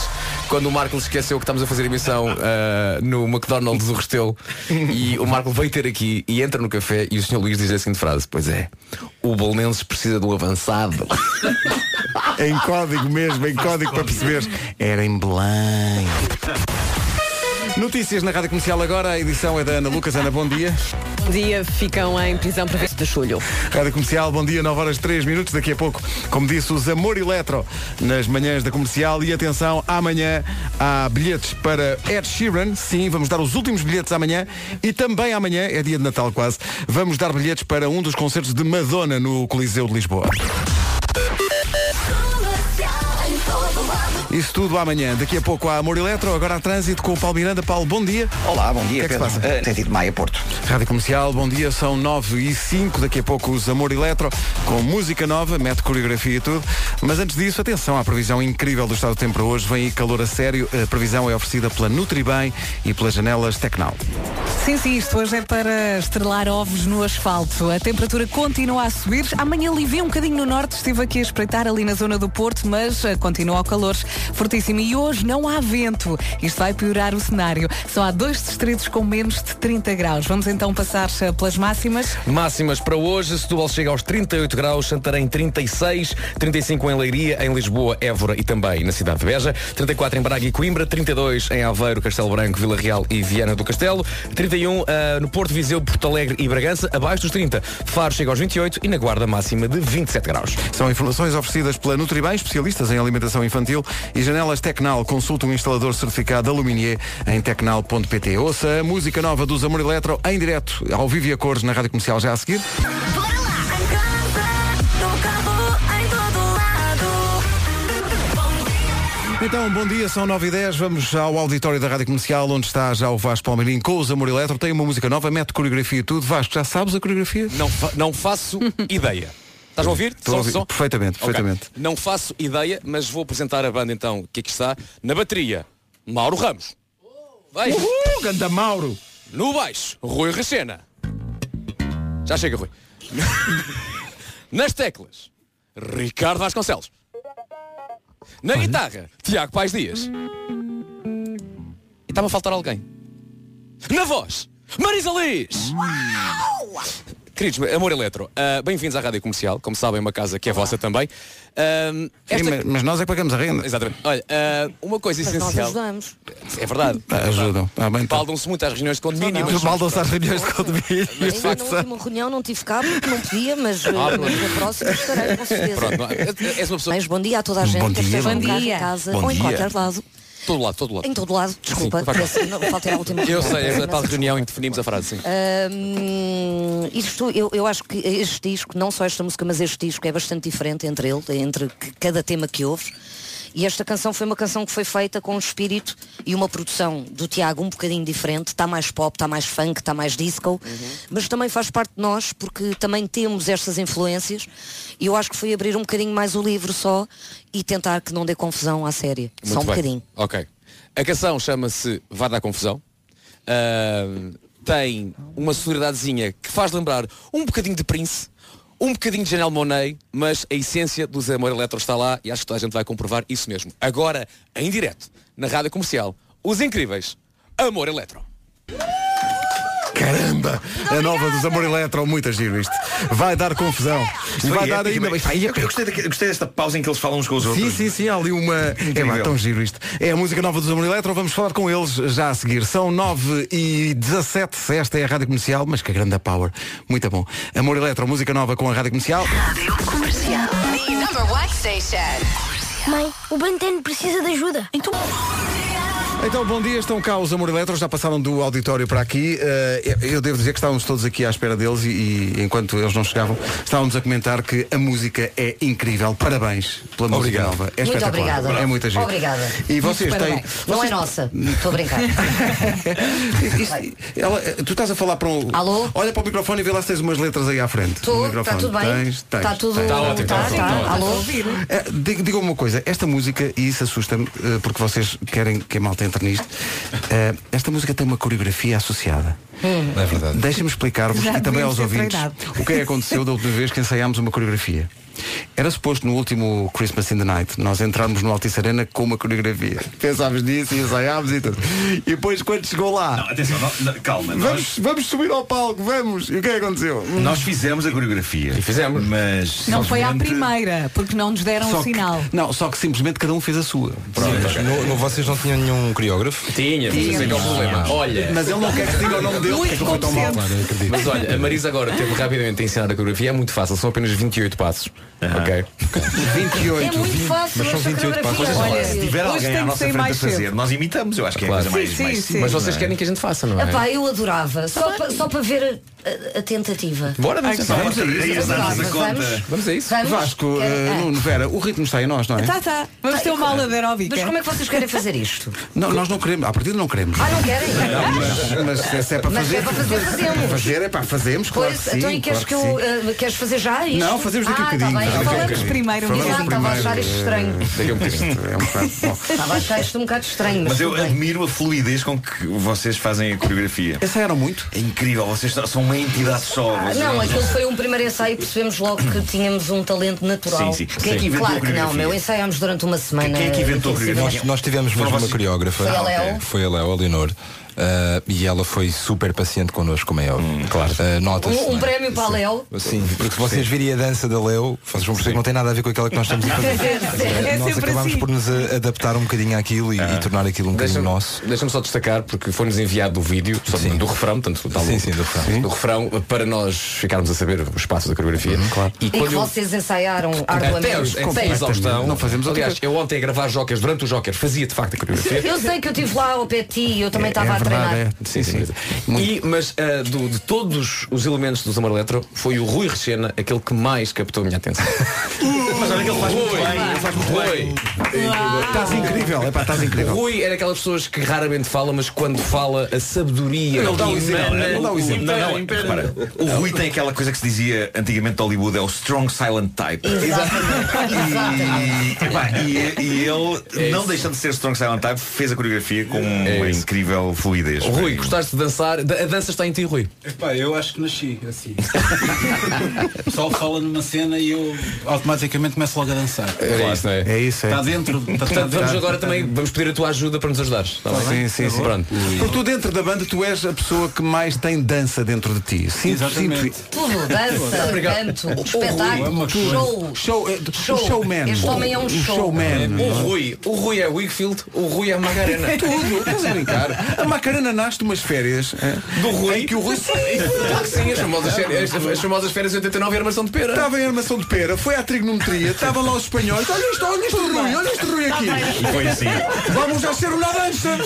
quando o Marco esqueceu que estamos a fazer emissão ah, no McDonald's do Restelo e o Marco veio ter aqui e entra no café e o Sr. Luís diz a seguinte frase Pois é, o Bolonenses precisa de um avançado
Em código mesmo, em código para perceberes. Era em Belém. Notícias na Rádio Comercial agora, a edição é da Ana Lucas. Ana, bom dia.
Um dia ficam em prisão preventiva de julho.
Rádio Comercial, bom dia, 9 horas 3 minutos. Daqui a pouco, como disse, os Amor Eletro nas manhãs da comercial. E atenção, amanhã há bilhetes para Ed Sheeran. Sim, vamos dar os últimos bilhetes amanhã. E também amanhã, é dia de Natal quase, vamos dar bilhetes para um dos concertos de Madonna no Coliseu de Lisboa. Isso tudo amanhã. Daqui a pouco há Amor Eletro, agora há trânsito com o Paulo Miranda. Paulo, bom dia.
Olá, bom
O que
dia,
é que se
Pedro.
passa?
Eh, sentido Maia Porto.
Rádio Comercial, bom dia, são 9 e 5, daqui a pouco os Amor Eletro, com música nova, mete coreografia e tudo. Mas antes disso, atenção à previsão incrível do estado do tempo para hoje, vem aí calor a sério, a previsão é oferecida pela Nutribem e pelas janelas Tecnal.
Sim, sim, isto hoje é para estrelar ovos no asfalto. A temperatura continua a subir. Amanhã alivia um bocadinho no norte. Estive aqui a espreitar ali na zona do Porto, mas eh, continua ao calor fortíssimo. E hoje não há vento. Isto vai piorar o cenário. Só há dois distritos com menos de 30 graus. Vamos então passar eh, pelas máximas.
Máximas para hoje, Setúbal chega aos 38 graus, Santarém 36, 35 em Leiria, em Lisboa, Évora e também na cidade de Beja, 34 em Braga e Coimbra, 32 em Aveiro, Castelo Branco, Vila Real e Viana do Castelo, 31 ah, no Porto Viseu, Porto Alegre e Bragança, abaixo dos 30. Faro chega aos 28 e na guarda máxima de 27 graus.
São informações oferecidas pela Nutribem, especialistas em alimentação infantil e janelas Tecnal. Consulta um instalador certificado Aluminier em tecnal.pt. Ouça a música nova dos Amor Eletro em direto, ao vivo e a cores na Rádio Comercial já a seguir. Então, bom dia, são 9 e 10 vamos ao auditório da Rádio Comercial, onde está já o Vasco Palmeirim com os Amor Eletro. Tem uma música nova, mete coreografia e tudo. Vasco, já sabes a coreografia?
Não, fa- não faço ideia. Estás a ouvir?
Estou a ouvir. Perfeitamente,
Ok.
perfeitamente.
Não faço ideia, mas vou apresentar a banda então, que aqui está. Na bateria, Mauro Ramos. Vai.
Uhul, ganda Mauro.
No baixo, Rui Rechena. Já chega, Rui. Nas teclas, Ricardo Vasconcelos. Na guitarra, Tiago Pais Dias. E está-me a faltar alguém. Na voz, Marisa Liz. Queridos, amor eletro, ah, bem-vindos à Rádio Comercial. Como sabem, uma casa que é vossa também. Ahm, esta-
Sim, mas- mas nós é que pagamos a renda.
Exatamente. Olha, ah, uma coisa essencial.
ajudamos.
É verdade.
Ah, Ajudam. Ah, bem, então.
Baldam-se muito às reuniões de condomínio. mas-
Baldam-se às reuniões de condomínio.
Ainda na última reunião não tive cabo, porque não podia, mas eh,
Ah, pronto.
na próxima estarei com certeza.
Pronto, não- és uma pessoa.
Mas bom dia a toda a gente
Bom
que
dia.
esteja
Bom
no carro,
dia.
em casa
Bom
ou em
dia.
qualquer lado.
Todo lado, todo lado.
Em todo lado, desculpa,
vai cá.
peço- não, faltei à última
Eu
reunião.
sei, é a tal
Peço
reunião em que definimos a frase, sim.
Hum, isto, eu, eu acho que este disco, não só esta música, mas este disco é bastante diferente entre ele, entre c- cada tema que ouves. E esta canção foi uma canção que foi feita com um espírito e uma produção do Tiago um bocadinho diferente. Está mais pop, está mais funk, está mais
Uhum.
disco, mas também faz parte de nós porque também temos estas influências. E eu acho que foi abrir um bocadinho mais o livro só e tentar que não dê confusão à série. só um
Muito bem.
bocadinho.
Ok. A canção chama-se Vá dar confusão. Ahm, tem uma sonoridadezinha que faz lembrar um bocadinho de Prince, um bocadinho de Janelle Monet, mas a essência dos Amor Eletro está lá e acho que toda a gente vai comprovar isso mesmo. Agora, em direto, na rádio comercial, os incríveis Amor Eletro.
Que Caramba! A nova dos Amor Eletro, muita giro isto. Vai dar confusão. E vai
é
dar ainda.
tipo, eu, gostei da- eu gostei desta pausa em que eles falam uns com os
Sim,
outros.
sim, sim, há ali uma. É pá, tão giro isto. É a música nova dos Amor Eletro, vamos falar com eles já a seguir. São 9 e 17 esta é a rádio comercial, mas que grande a power. Muito bom. Amor Eletro, música nova com a rádio comercial.
Comercial. The number one station.
Mãe, o Banteno precisa de ajuda. Então.
Então, bom dia, estão cá os Amor Eletro, já passaram do auditório para aqui. Eh, eu- eu devo dizer que estávamos todos aqui à espera deles e, e enquanto eles não chegavam, estávamos a comentar que a música é incrível. Parabéns pela música
Obrigado.
nova. É
Muito
espetacular.
obrigada.
É muita gente.
Obrigada.
E vocês
Muito
têm.
parabéns. Não é nossa. Estou a brincar.
Ela- eh, tu estás a falar para um. Alô? Olha para o microfone e vê lá se tens umas letras aí à frente.
Tô,
No
tá
microfone.
tudo bem?
Tens, tens,
Tá tudo-
tens.
Tá ótimo,
então.
tá tá, ótimo, tá, tá ótimo. alô?
Eh, diga- Diga-me uma coisa, esta música, e isso assusta-me, eh, porque vocês querem que a malta entre nisto, eh, esta música tem uma coreografia associada.
É verdade.
Deixem-me explicar-vos
Já
e também
devíamos
aos
ter
ouvintes
treinado.
o que é que aconteceu da última vez que ensaiámos uma coreografia. Era suposto no último Christmas in the Night nós entrarmos no Altice Arena com uma coreografia. Pensámos nisso e ensaiámos e tudo. E depois quando chegou lá.
Não, atenção, não- não, calma.
Vamos, vamos subir ao palco, vamos! E o que é que aconteceu?
Nós, nós fizemos a coreografia. E
fizemos.
Mas.
Não foi à
simplesmente-
primeira, porque não nos deram o sinal.
Não, só que simplesmente cada um fez a sua.
No- no- vocês não tinham nenhum coreógrafo? Tinha,
mas esse é que é o problema. Mas ele não quer que se diga o nome dele, porque é que foi tão mal. Claro, eu acredito.
Mas olha, a Marisa agora teve rapidamente a ensinar a coreografia, é muito fácil, são apenas 28 passos. Ok?
28.
É muito fácil Mas são esta 28 passos. coreografia.
Olha,
Olha,
se tiver
hoje
alguém
tem
à
que
nossa
ser
frente a
mais cedo.
fazer, nós imitamos, eu acho que é a
Claro.
coisa mais,
Sim, sim,
mais
sim.
simples,
Mas vocês
não é?
querem que a gente faça, não é?
Epá, eu adorava. Só, pa- só para ver a, a- a tentativa.
Ai, que
vamos
sorte.
a isso.
É isso, dá-nos a
Vamos?
conta. Vamos a isso.
Vamos?
Vasco, eh, Nuno, Vera, o ritmo está em nós, não é?
Tá, tá. Vamos ter uma aula de aeróbica.
Mas como é que vocês querem fazer isto?
Não, nós não queremos, à partida não queremos.
Ah, não querem?
Mas, mas se é para
Mas
fazer.
é para fazer, fazemos.
Fazer é para fazemos, claro
Pois,
que sim.
então e queres,
claro que
que eu, eh, queres fazer já isto?
Não, fazemos daqui a
ah,
bocadinho.
Tá bem.
Daqui a
Falamos
bocadinho.
primeiro.
Falamos
Exato, estava a
primeiro,
achar isto
eh,
estranho.
Daqui a um bocadinho. É um bocado. Bom.
Estava a achar isto um bocado estranho. Mas,
Mas eu
tudo bem.
admiro a fluidez com que vocês fazem a coreografia.
Ensaiaram muito?
É incrível, vocês são- são uma entidade só.
Ah,
vocês-
Não, aquilo foi um primeiro ensaio e percebemos logo que tínhamos um talento natural.
Sim, sim.
Quem é que
Sim.
inventou Claro que não,
coreografia?
meu. Ensaiámos durante uma semana.
Nós, nós tivemos
Foram
mesmo uma
vocês?
coreógrafa.
Foi a Léo?
Ok. Foi a Léo, a Leonor. Ah, e ela foi super paciente connosco, como é óbvio. claro. Notas.
Um, um prémio para a Léo.
Sim, porque se vocês virem a dança da Leo, vocês vão perceber que não tem nada a ver com aquela que nós estamos a fazer. Ah,
É
nós
sempre
acabámos
assim.
por nos a- adaptar um bocadinho àquilo e, e tornar aquilo um bocadinho nosso.
Deixa-me só destacar, porque foi-nos enviado o vídeo só do refrão, portanto, tal,
Sim, sim, do refrão.
do refrão, para nós ficarmos a saber os passos da coreografia.
E,
quando
que
eu-
vocês ensaiaram
Até é
arduamente.
os, até
Sei.
exaustão.
Não fazemos outra
Aliás, eu ontem a gravar jokers durante o joker fazia de facto a coreografia.
Eu sei que eu estive lá ao pé de ti e eu também
É
estava a
verdade,
treinar.
é. Sim, sim. E, mas ah, do- de todos os elementos do Zamor Eletro, foi o Rui Rechena aquele que mais captou a minha atenção.
Mas olha que ele faz muito bem, ele faz muito bem.
Estás incrível, é pá, estás incrível.
Rui era aquelas pessoas que raramente fala, mas quando fala a sabedoria.
Então,
Ele dá um
que
exemplo.
emana-
Ele dá um exemplo. Não, não,
Impera.
repara, o Rui tem aquela coisa que se dizia antigamente de Hollywood, é o strong silent type. E, epá, e- e ele, não deixando de ser strong silent type, fez a coreografia com uma incrível fluidez.
Rui, gostaste de dançar? Da- A dança está em ti, Rui.
Epá, eu acho que nasci assim. o pessoal fala numa cena e eu automaticamente começo logo a dançar.
Era isso, não é?
isso,
Está
tá
dentro. Está, está
Portanto, vamos
dentro,
agora
está
também, vamos pedir a tua ajuda para nos ajudares. Tá
Sim,
bem?
sim, sim.
Pronto.
Porque tu dentro da banda tu és a pessoa que mais tem dança dentro de ti. Sinto,
Exatamente. Oh,
sinto.
Tudo, dança, canto,
é
espetáculo, show.
Show, eh,
Show.
showman.
Este homem é um show.
showman.
O Rui, o Rui é o Wigfield, o Rui é a Magarena.
Tudo, estás a brincar. A Macarena nasce de umas férias eh,
Do É Rui.
em que o Rui
Claro que sim, as famosas férias, as famosas férias 89 e armação de pera.
Estava em armação de pera, foi à trigonometria, estavam lá os espanhóis, olha isto, olha este Rui, olha este Rui
Tá
aqui.
E foi assim.
Vamos a ser uma dança!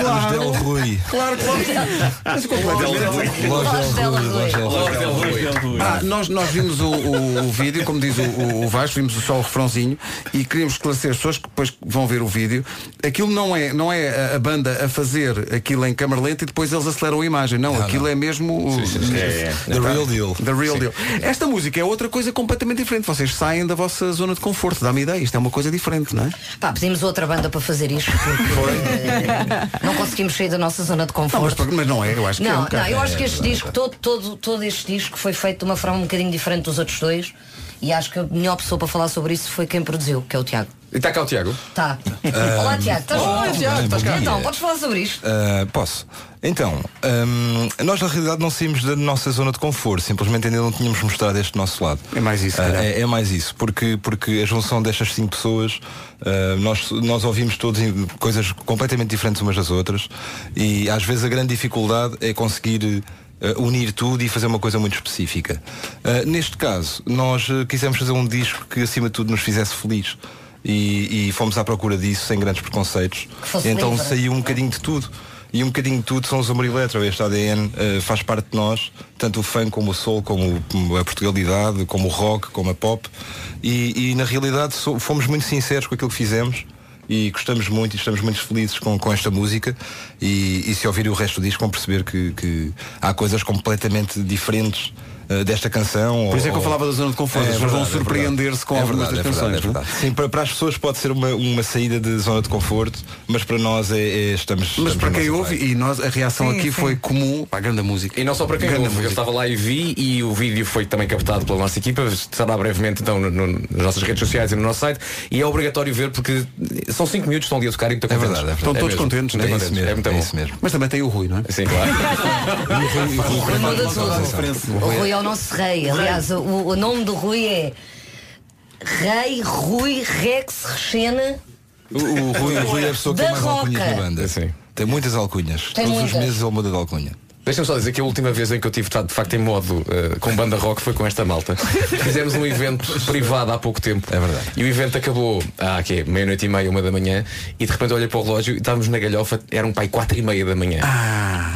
Claro. Del Rui.
Claro, claro. Mas é completamente.
Lojas Del Rui. Lojas Del Rui.
Ah, nós, nós vimos o, o- o vídeo, como diz o, o, o Vasco, vimos só o refrãozinho e queríamos esclarecer as pessoas que depois vão ver o vídeo. Aquilo não é, não é a, a banda a fazer aquilo em câmera lenta e depois eles aceleram a imagem. Não, aquilo é mesmo o,
É, é. The real deal.
The real deal. Esta música é outra coisa completamente diferente. Vocês saem da vossa zona de conforto. Dá-me ideia, isto é uma coisa diferente, não é?
Pá, pedimos outra banda para fazer isto porque eh, não conseguimos sair da nossa zona de
Não, mas,
conforto.
mas não é, eu acho que é um
Não,
bocado.
não, eu acho que este disco, todo, todo, todo este disco foi feito de uma forma um bocadinho diferente dos outros dois e acho que a melhor pessoa para falar sobre isso foi quem produziu, que é o Tiago.
E está cá o Tiago?
Tá.
Ah,
Olá, Tiago. Estás
olá,
bom?
Tiago, estás cá.
Então, podes falar sobre isto?
Ah, posso. Então, hum, nós na realidade não saímos da nossa zona de conforto, simplesmente ainda não tínhamos mostrado este nosso lado. É mais isso,
calhar.
é, é mais isso, porque, porque a junção destas cinco pessoas, ah, nós, nós ouvimos todos em- coisas completamente diferentes umas das outras e às vezes a grande dificuldade é conseguir eh, unir tudo e fazer uma coisa muito específica. Ah, neste caso, nós eh, quisemos fazer um disco que acima de tudo nos fizesse feliz. E, e fomos à procura disso sem grandes preconceitos.
Que fosse
Então
livre.
saiu um bocadinho de tudo. E um bocadinho de tudo são os Amor Eletro. Este ADN eh, faz parte de nós, tanto o funk como o soul, como, o- como a Portugalidade, como o rock, como a pop. E, e, na realidade so- fomos muito sinceros com aquilo que fizemos e gostamos muito e estamos muito felizes com, com esta música. E, e se ouvir o resto do disco vão perceber que, que há coisas completamente diferentes eh, desta canção.
Por isso é que eu
ou-
falava da zona de conforto. As pessoas vão
verdade, É
surpreender-se com algumas das
verdade,
canções, não é?
verdade. Sim, para, para as pessoas pode ser uma, uma saída de zona de conforto, mas para nós é, é- estamos. um
Mas para quem ouve,
e nós a reação
aqui foi
comum para a
é
grande música.
E não só para quem
Grande
ouve, eu
música.
estava lá e vi e o vídeo foi também captado pela nossa equipa, estará brevemente então no- no- nas nossas redes sociais e no nosso site e é obrigatório ver porque são 5 minutos estão ali a tocar e estão
É verdade, é verdade. Estão todos contentes, né?
é,
É isso
mesmo,
mesmo,
é muito
é
bom.
isso Mas também tem o Rui, não é?
Sim, claro.
O Rui é o nosso rei. Aliás, o, o nome do Rui é Rei Rui Rex Rexena.
O, o Rui, o Rui é a pessoa que
Da
tem mais alcunhas
Roca.
na banda. Tem muitas alcunhas.
Tem
Todos os
muitas.
meses ele muda de alcunha.
Deixa-me só dizer que a última vez em que eu tive de facto em modo eh, com banda rock foi com esta malta. Fizemos um evento privado há pouco tempo. É verdade. E o evento acabou à que meia-noite e meia, uma da manhã, e de repente olhei para o relógio e estávamos na galhofa, era um pai quatro e meia da manhã.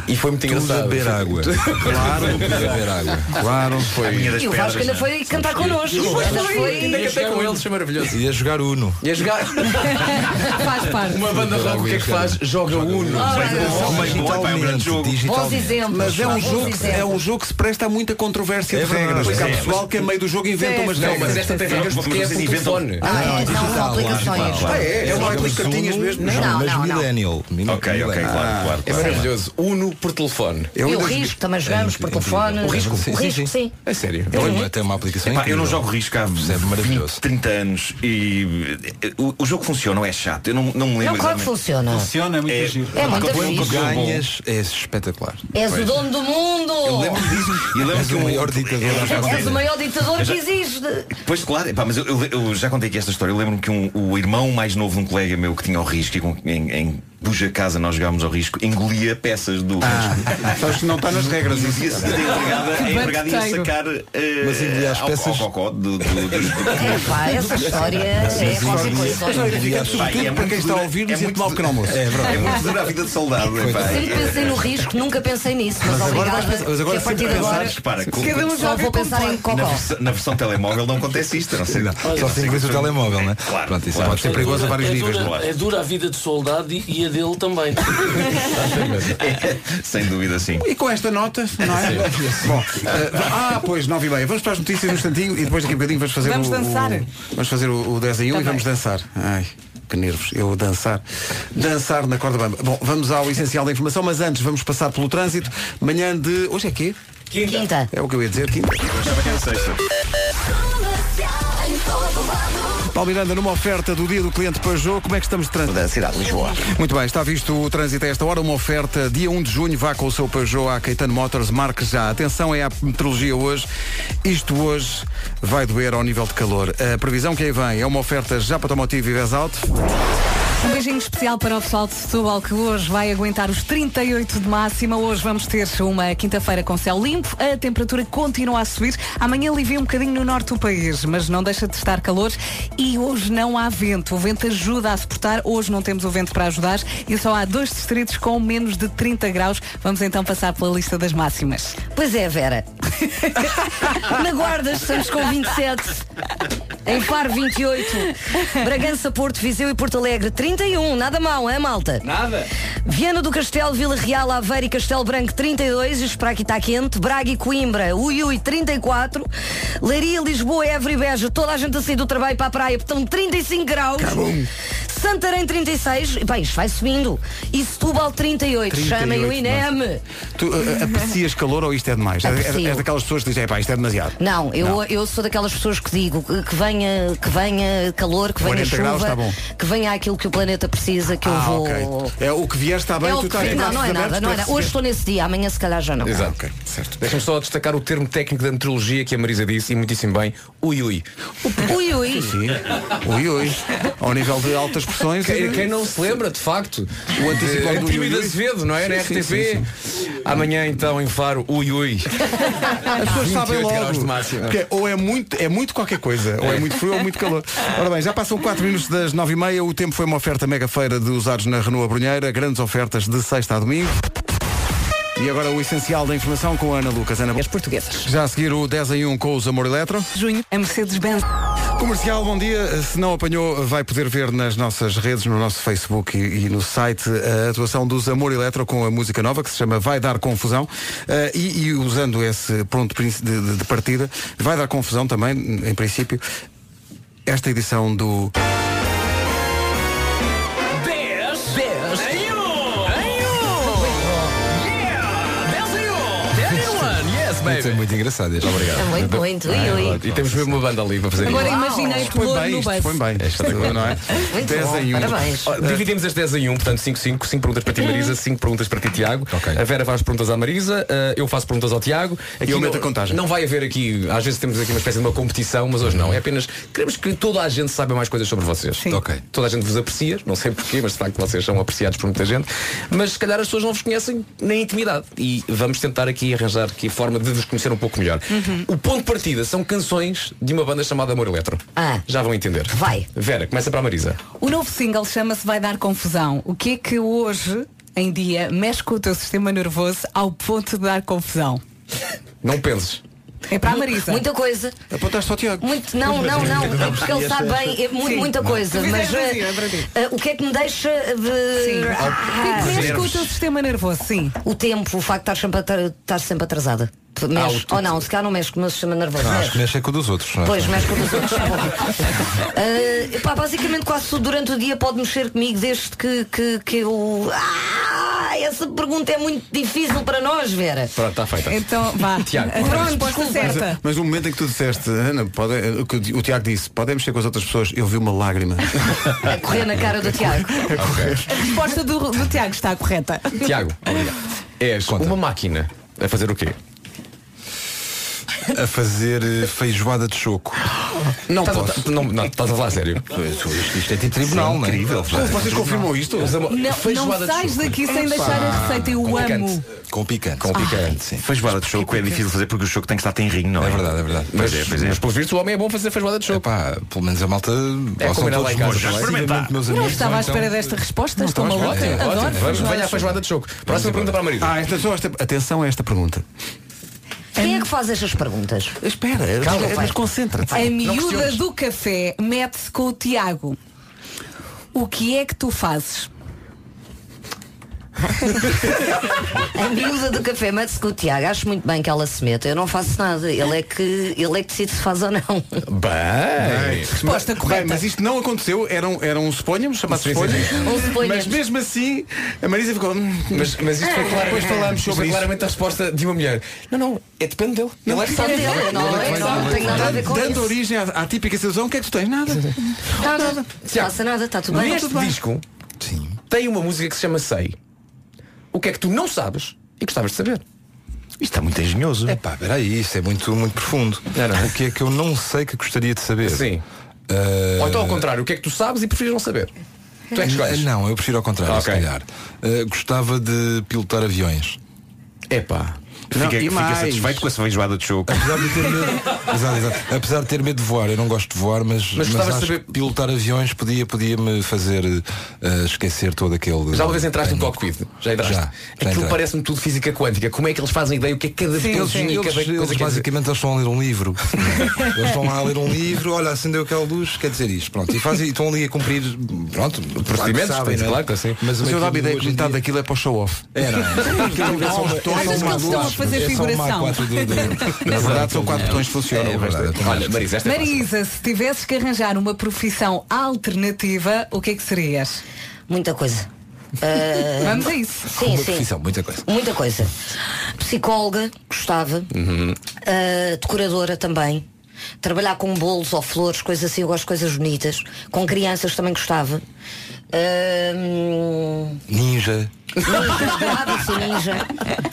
e foi muito
Ah, tudo
engraçado.
a beber água.
claro,
tudo a beber água.
Claro, foi.
E o Vasco
né?
ainda foi cantar connosco. Pois foi.
Ainda cantei com eles, foi maravilhoso.
E a jogar Uno.
E a jogar.
Faz parte.
Uma banda rock, o que é que faz? Joga Uno. um
Digitalmente. Mas é um, jogo, que- é um jogo que se presta a muita controvérsia
É
de
verdade.
regras. Porque há
É, mas-
pessoal que a meio do jogo inventa
Sim,
umas
sim.
regras.
É. Não, mas esta tem regras porque é
vocês
pelo
inventam-
telefone.
Ah,
Ah,
é
é, não,
digital,
são
claro,
aplicações.
claro.
Ah, é? É um
Jogamos
aplica-
Uno,
cartinhas mesmo?
Não,
Não,
mas
não, não.
millennial.
Ok, ok, claro, claro. É maravilhoso.
Um-
Uno por telefone.
E o risco, também jogamos por telefone.
O risco?
O risco, sim.
É sério.
Eu lembro, tem uma aplicação
Epá, eu
incrível.
não jogo risco há 20, 30 anos e eh, o, o jogo funciona, ou é chato. Eu não, não me lembro.
Não, claro que
exatamente.
funciona. Funciona,
é muito
giro. É muito
quando-
giro.
quando
Ganhas, é espetacular.
És o
Pois.
dono do mundo.
Eu lembro-me disso.
Eu lembro
És
que um-
o
eu-
maior ditador
eu
da
já
És o
contei-
maior ditador
Eu
que
já-
existe.
Pois claro, epá, mas eu, eu- eu já contei aqui esta história. Eu lembro-me que um- o irmão mais novo de um colega meu que tinha o risco e com, em, em cuja casa nós jogámos ao risco, engolia peças do
Ah.
risco.
Então
Sabes que não está nas regras
E
isso.
ia ser empregada, a empregada ia sacar eh,
Mas engolia as
ao-
peças-
ao cocó do, do, do, do-
Epá, essa história é qualquer coisa.
Fica
Pá, é
sobretudo para
muito
quem está a
dura-
ouvir
é
e sente
muito
mal que não almoço.
dura- É muito dura a vida de soldado. é epá.
Sempre pensei no risco, nunca pensei nisso, mas, obrigada. que a partir de agora um
Repara, com-
só vou pensar em
Na,
cocó.
vers- na versão telemóvel não acontece isto, eu não sei. eu
Só
não
se
sei
incluís o
como-
telemóvel, né?
Claro,
Pronto, isso
claro.
pode ser perigoso a vários
É
níveis.
dura-
claro.
É dura a vida de soldado e, e a dele também.
Sem dúvida, sim.
E com esta nota, não é? Bom, eh, ah, pois, 9 e meia. Vamos para as notícias um instantinho e depois daqui a bocadinho vamos fazer
Vamos
o,
dançar. Tá
o- Vamos fazer o, o 10 em 1 e
Também.
vamos dançar. Ai, que nervos. Eu dançar. Dançar na corda bamba. Bom, vamos ao essencial da informação, mas antes vamos passar pelo trânsito. Manhã de. Hoje é quê?
Quinta.
É o que eu ia dizer, quinta. Paulo Miranda, numa oferta do dia do cliente Peugeot, como é que estamos de trânsito?
Da cidade de Lisboa.
Muito bem, está visto o trânsito a esta hora, uma oferta dia 1 de junho, vá com o seu Peugeot à Caetano Motors, marque já. Atenção, é a meteorologia hoje. Isto hoje vai doer ao nível de calor. A previsão que aí vem é uma oferta já para Tomotivo e Vesalto.
Um beijinho especial para o pessoal de Setúbal que hoje vai aguentar os 38 de máxima. Hoje vamos ter uma quinta-feira com céu limpo. A temperatura continua a subir. Amanhã alivia um bocadinho no norte do país, mas não deixa de estar calor. E hoje não há vento. O vento ajuda a suportar. Hoje não temos o vento para ajudar e só há dois distritos com menos de 30 graus. Vamos então passar pela lista das máximas.
Pois é, Vera. Na Guarda estamos com 27. Em Faro 28. Bragança, Porto, Viseu e Porto Alegre 31. Nada mal, é malta?
Nada.
Viana do Castelo, Vila Real, Aveiro e Castelo Branco 32, isto para aqui está quente, Braga e Coimbra, Uiui 34,
Tá
Leiria, Lisboa, Évora e Beja, toda a gente a sair do trabalho para a praia, estão 35 graus, Santarém 36, e, pá, isto vai subindo. E Setúbal 38,
38,
chamem o
nossa.
INEM.
Tu eh, aprecias calor ou isto é demais? És- És,
Aprecio.
és daquelas pessoas que dizem, pá, isto é demasiado.
Não, eu, eu sou daquelas pessoas que digo que que venha, que venha calor, que venha
40 graus,
chuva,
tá bom.
que venha aquilo que o planeta precisa, que eu
Ah,
vou.
ok. É o que vier está bem,
É o
tu
que-
estás de
não, não
braços
é
abertos
nada, não é
para
nada. Hoje
receber.
estou nesse dia, amanhã se calhar já não.
Exato. certo. Deixa-me só destacar o termo técnico da meteorologia que a Marisa disse e muitíssimo bem, ui ui.
Ui, ui.
Sim. Ui, ui. Ao nível de altas pressões.
Quem, quem não se lembra, de facto, o
anticiclone do
Antímio
ui,
de
ui.
Azevedo, não é? Na
Sim,
RTP.
sim, sim,
Amanhã então em Faro, ui ui.
As pessoas sabem
28 graus de
logo.
máxima.
Porque ou é muito, é muito qualquer coisa, ou é muito frio ou muito calor. Ora bem, já passam 4 minutos das 9h30. O tempo foi uma oferta mega feira de usados na Renault Brunheira. Grandes ofertas de sexta a domingo. E agora o essencial da informação com a Ana Lucas. Ana... As
portuguesas.
Já a seguir o 10 em 1 com os Amor Eletro.
Junho, é a Mercedes-Benz.
Comercial, bom dia. Se não apanhou, vai poder ver nas nossas redes, no nosso Facebook e, e no site, a atuação dos Amor Eletro com a música nova que se chama Vai Dar Confusão. Eh, e, e usando esse ponto de, de- de partida, vai dar confusão também, em princípio, esta edição do.
10 10 em 1
um.
Isso é muito engraçado. este. Obrigado.
É muito, muito, ui,
Ah,
ui.
ótimo. E temos mesmo uma banda ali para fazer
Agora
isso.
imaginei
Isto põe
calor
bem,
no
isto
beijo.
põe bem. Isto, não é?
Muito
10
bom,
em 1.
parabéns.
um. Ó, Dividimos as 10 em 1, portanto 5, 5, 5 perguntas para ti Marisa, 5 perguntas para ti Tiago. A Vera faz perguntas à Marisa, eh, eu faço perguntas ao Tiago.
Aqui
Eu
mete
não-
a contagem.
Não vai haver aqui, às vezes temos aqui uma espécie de uma competição, mas hoje não. É apenas queremos que toda a gente saiba mais coisas sobre vocês. Ok. Toda a gente vos aprecia, não sei porquê, mas de facto vocês são apreciados por muita gente. Mas se calhar as pessoas não vos conhecem na intimidade. E vamos tentar aqui arranjar aqui a forma de vos conhecer um pouco melhor. O ponto de partida são canções de uma banda chamada Amor Eletro.
Ah.
Já vão entender.
Vai.
Vera, começa para a Marisa.
O novo single chama-se Vai Dar Confusão. O que é que hoje, em dia, mexe com o teu sistema nervoso ao ponto de dar confusão?
Não penses.
É para a Marisa.
Muita coisa.
Apontaste ao Tiago.
Muito, não, não, não. É
um
porque ele sabe bem, é mu-
Sim.
muita coisa.
Tu
Mas
fizeste assim,
eh,
é para ti.
eh, o que é que me deixa de.
Sim.
Ah,
O que é que mexe com o teu sistema nervoso? Sim.
O tempo, o facto de estar sempre, atra- estar sempre atrasada. Mexe,
o-
ou não, se calhar não mexe com o meu sistema nervoso.
Não,
Mexe.
acho que mexe é com o dos outros. não é?
Pois, mexe com os outros. Ah, pá, basicamente quase tudo durante o dia pode mexer comigo desde que, que, que eu. Ah, essa pergunta é muito difícil para nós, Vera.
Pronto, está feita.
Então, vá.
Tiago,
Pronto, resposta
Mas,
certa.
mas no momento em que tu disseste, Ana, pode, o que o Tiago disse, podem mexer com as outras pessoas, eu vi uma lágrima.
A correr na cara do Tiago.
A resposta do, do Tiago está correta.
Tiago,
É,
és uma máquina a fazer o quê?
A fazer eh, feijoada de choco.
Não posso. Não, não, estás a falar a sério.
Isto é de tribunal, não é?
Vocês confirmam isto?
Não, não sais daqui sem deixar a receita. Eu amo.
Com picante.
Com picante, sim. Feijoada de choco é difícil fazer porque o choco tem que estar tenrinho, não é? É verdade, é verdade. Pois é, pois é.
Mas pelos vistos o homem é bom fazer feijoada de choco.
pelo menos a malta.
É
ou são
combinar
todos
lá em casa,
bons,
não é?
precisamente, meus
Não
amigos,
estava
ou
à
então-
espera desta resposta, estou
estava à
maluca.
espera.
Adoro.
Ótimo, vamos- venha à feijoada de choco. Próxima pergunta para a Marisa.
Ah, esta, só esta, atenção a esta pergunta.
Quem é que faz estas perguntas?
Espera,
Calma,
mas,
pai.
mas concentra-te.
A
Não
miúda
questiones.
do café mete-se com o Tiago. O que é que tu fazes?
A miúda do café mete-se com o Tiago. Acho muito bem que ela se meta. Eu não faço nada. Ele é que, ele é que decide se faz ou não.
Bem,
resposta
correta. Bem, mas isto não aconteceu, eram, eram um suponhamos, chamasse
Sim, sim,
suponhamos.
sim.
Um
Mas
suponhamos.
mesmo assim, a Marisa ficou. "Hum, hum."
Mas, mas
Ah,
isto foi claramente,
Depois falámos
isto
sobre
foi
isso.
claramente a resposta de uma mulher. Não, não, é depende dele. Ele é que sabe.
depende dele, não é? Não tem nada a ver com
Dando
isso.
origem à, à típica situação, o que é que tu tens? Nada.
Nada. Não passa nada, está tudo bem.
Neste disco é tem uma música que se chama Sei. O que é que tu não sabes e gostavas de saber?
Isto está muito engenhoso. É pá, peraí, isto é muito, muito profundo. O que é que eu não sei que gostaria de saber?
Sim.
Eh,
Ou então ao contrário, o que é que tu sabes e preferes não saber? Tu é que escolhes.
Não, eu prefiro ao contrário,
Ok.
se calhar. Eh, gostava de pilotar aviões.
Epá.
Fica, fica satisfeito com essa feijoada de choco.
Apesar de ter medo, exato, exato. Apesar de ter medo de voar, eu não gosto de voar, mas,
Mas gostava de
acho
saber-
que pilotar aviões podia, podia me fazer eh, esquecer todo aquele.
Já uma vez entraste no cockpit? Já entraste?
Já, já
Aquilo
entrei.
parece-me tudo física quântica. Como é que eles fazem ideia? O que é que cada
Sim,
todos
eles,
e
eles,
cada
eles
coisa é quer dizer?
basicamente eles estão a ler um livro. eles estão lá a ler um livro, olha, acendeu aquela luz, quer dizer isto, pronto. E, fazem, e estão ali a cumprir, pronto, claro que
Procedimentos,
sabem,
tens,
não é?
claro que sim.
Mas eu
aquilo
dava a ideia
hoje
que
em
metade
dia-
daquilo é para o show-off.
É, não é?
Aquilo é um
Achas
tom
que eles estão a
maluco.
fazer figuração.
Na verdade, são quatro botões que funcionam. o resto é-
Olha, Marisa, esta é fácil.
Marisa, se tivesses que arranjar uma profissão alternativa, o que é que serias?
Muita coisa. Ah,
Vamos a isso.
Sim, sim.
muita coisa.
Muita coisa. Psicóloga, gostava.
Uhum.
Uh, decoradora também. Trabalhar com bolos ou flores, coisas assim, eu gosto de coisas bonitas. Com crianças também gostava. Ah, Uh,
Ninja.
ninja, gostava de ser ninja.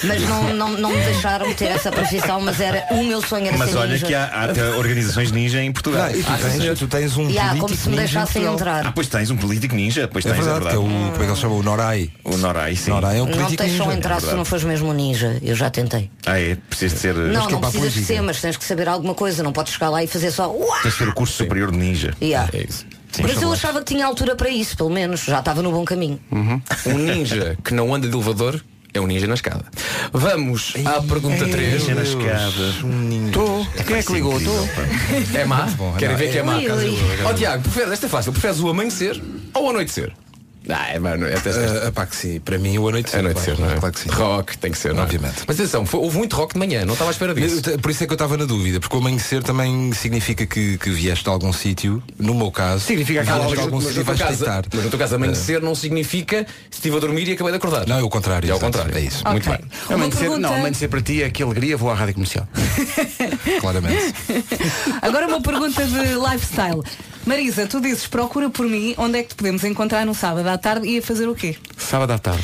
Mas não, não, não me deixaram ter essa profissão, mas era o meu sonho era
Mas
ser
olha
ninja.
que há, há até organizações ninja em Portugal.
Não, e tu tens-
sim.
tu tens um
E há, como político se me ninja em deixassem Portugal. entrar.
Ah, pois tens um político ninja, pois
É
tens,
verdade, que é o- como é que ele se chama? O Norai.
O Norai, sim.
Norai é um
Não te
político
deixam
ninja.
entrar
É
se não
verdade.
fores mesmo um ninja. Eu já tentei.
Ah, é? Precisas de ser.
não, não precisas de ser, mas tens que saber alguma coisa. Não podes chegar lá e fazer só. "Uau!"
Tens de ter o curso superior de ninja.
Yeah.
É isso.
Mas eu achava que tinha altura para isso, pelo menos. Já estava no bom caminho.
Um ninja que não anda de elevador é um ninja na escada. Vamos à pergunta 3.
é um Ninja na escada.
Um
Tô. Quem é que ligou? Tô. É má? Querem ver que é má?
Ui, ui.
Ó Tiago, preferes, esta é fácil. Preferes o amanhecer ou o anoitecer? Ah, é, mano, é até
Ah, pá, que sim. Para mim, o anoitecer.
anoitecer,
pá,
não é?
Claro que sim.
Rock, tem que ser, não é?
Obviamente.
Mas atenção, foi- houve muito rock de manhã, não estava à espera disso.
Eu te- Por isso é que eu estava na dúvida, porque o amanhecer também significa que, que vieste de algum sítio, no meu caso.
Significa que há
vieste de
alguém-
algum
mas
sítio e
no teu
vais
caso-
deitar. É.
mas no teu caso amanhecer não significa estive a dormir e acabei de acordar.
Não, é o contrário.
É ao
exato.
contrário.
É isso.
Muito bem.
Uma
Amanhecer,
pergunta-
não, amanhecer para ti é que alegria, vou à rádio comercial.
Claramente.
Agora uma pergunta de lifestyle. Marisa, tu dizes procura por mim onde é que te podemos encontrar no sábado à tarde e a fazer o quê?
Sábado à tarde.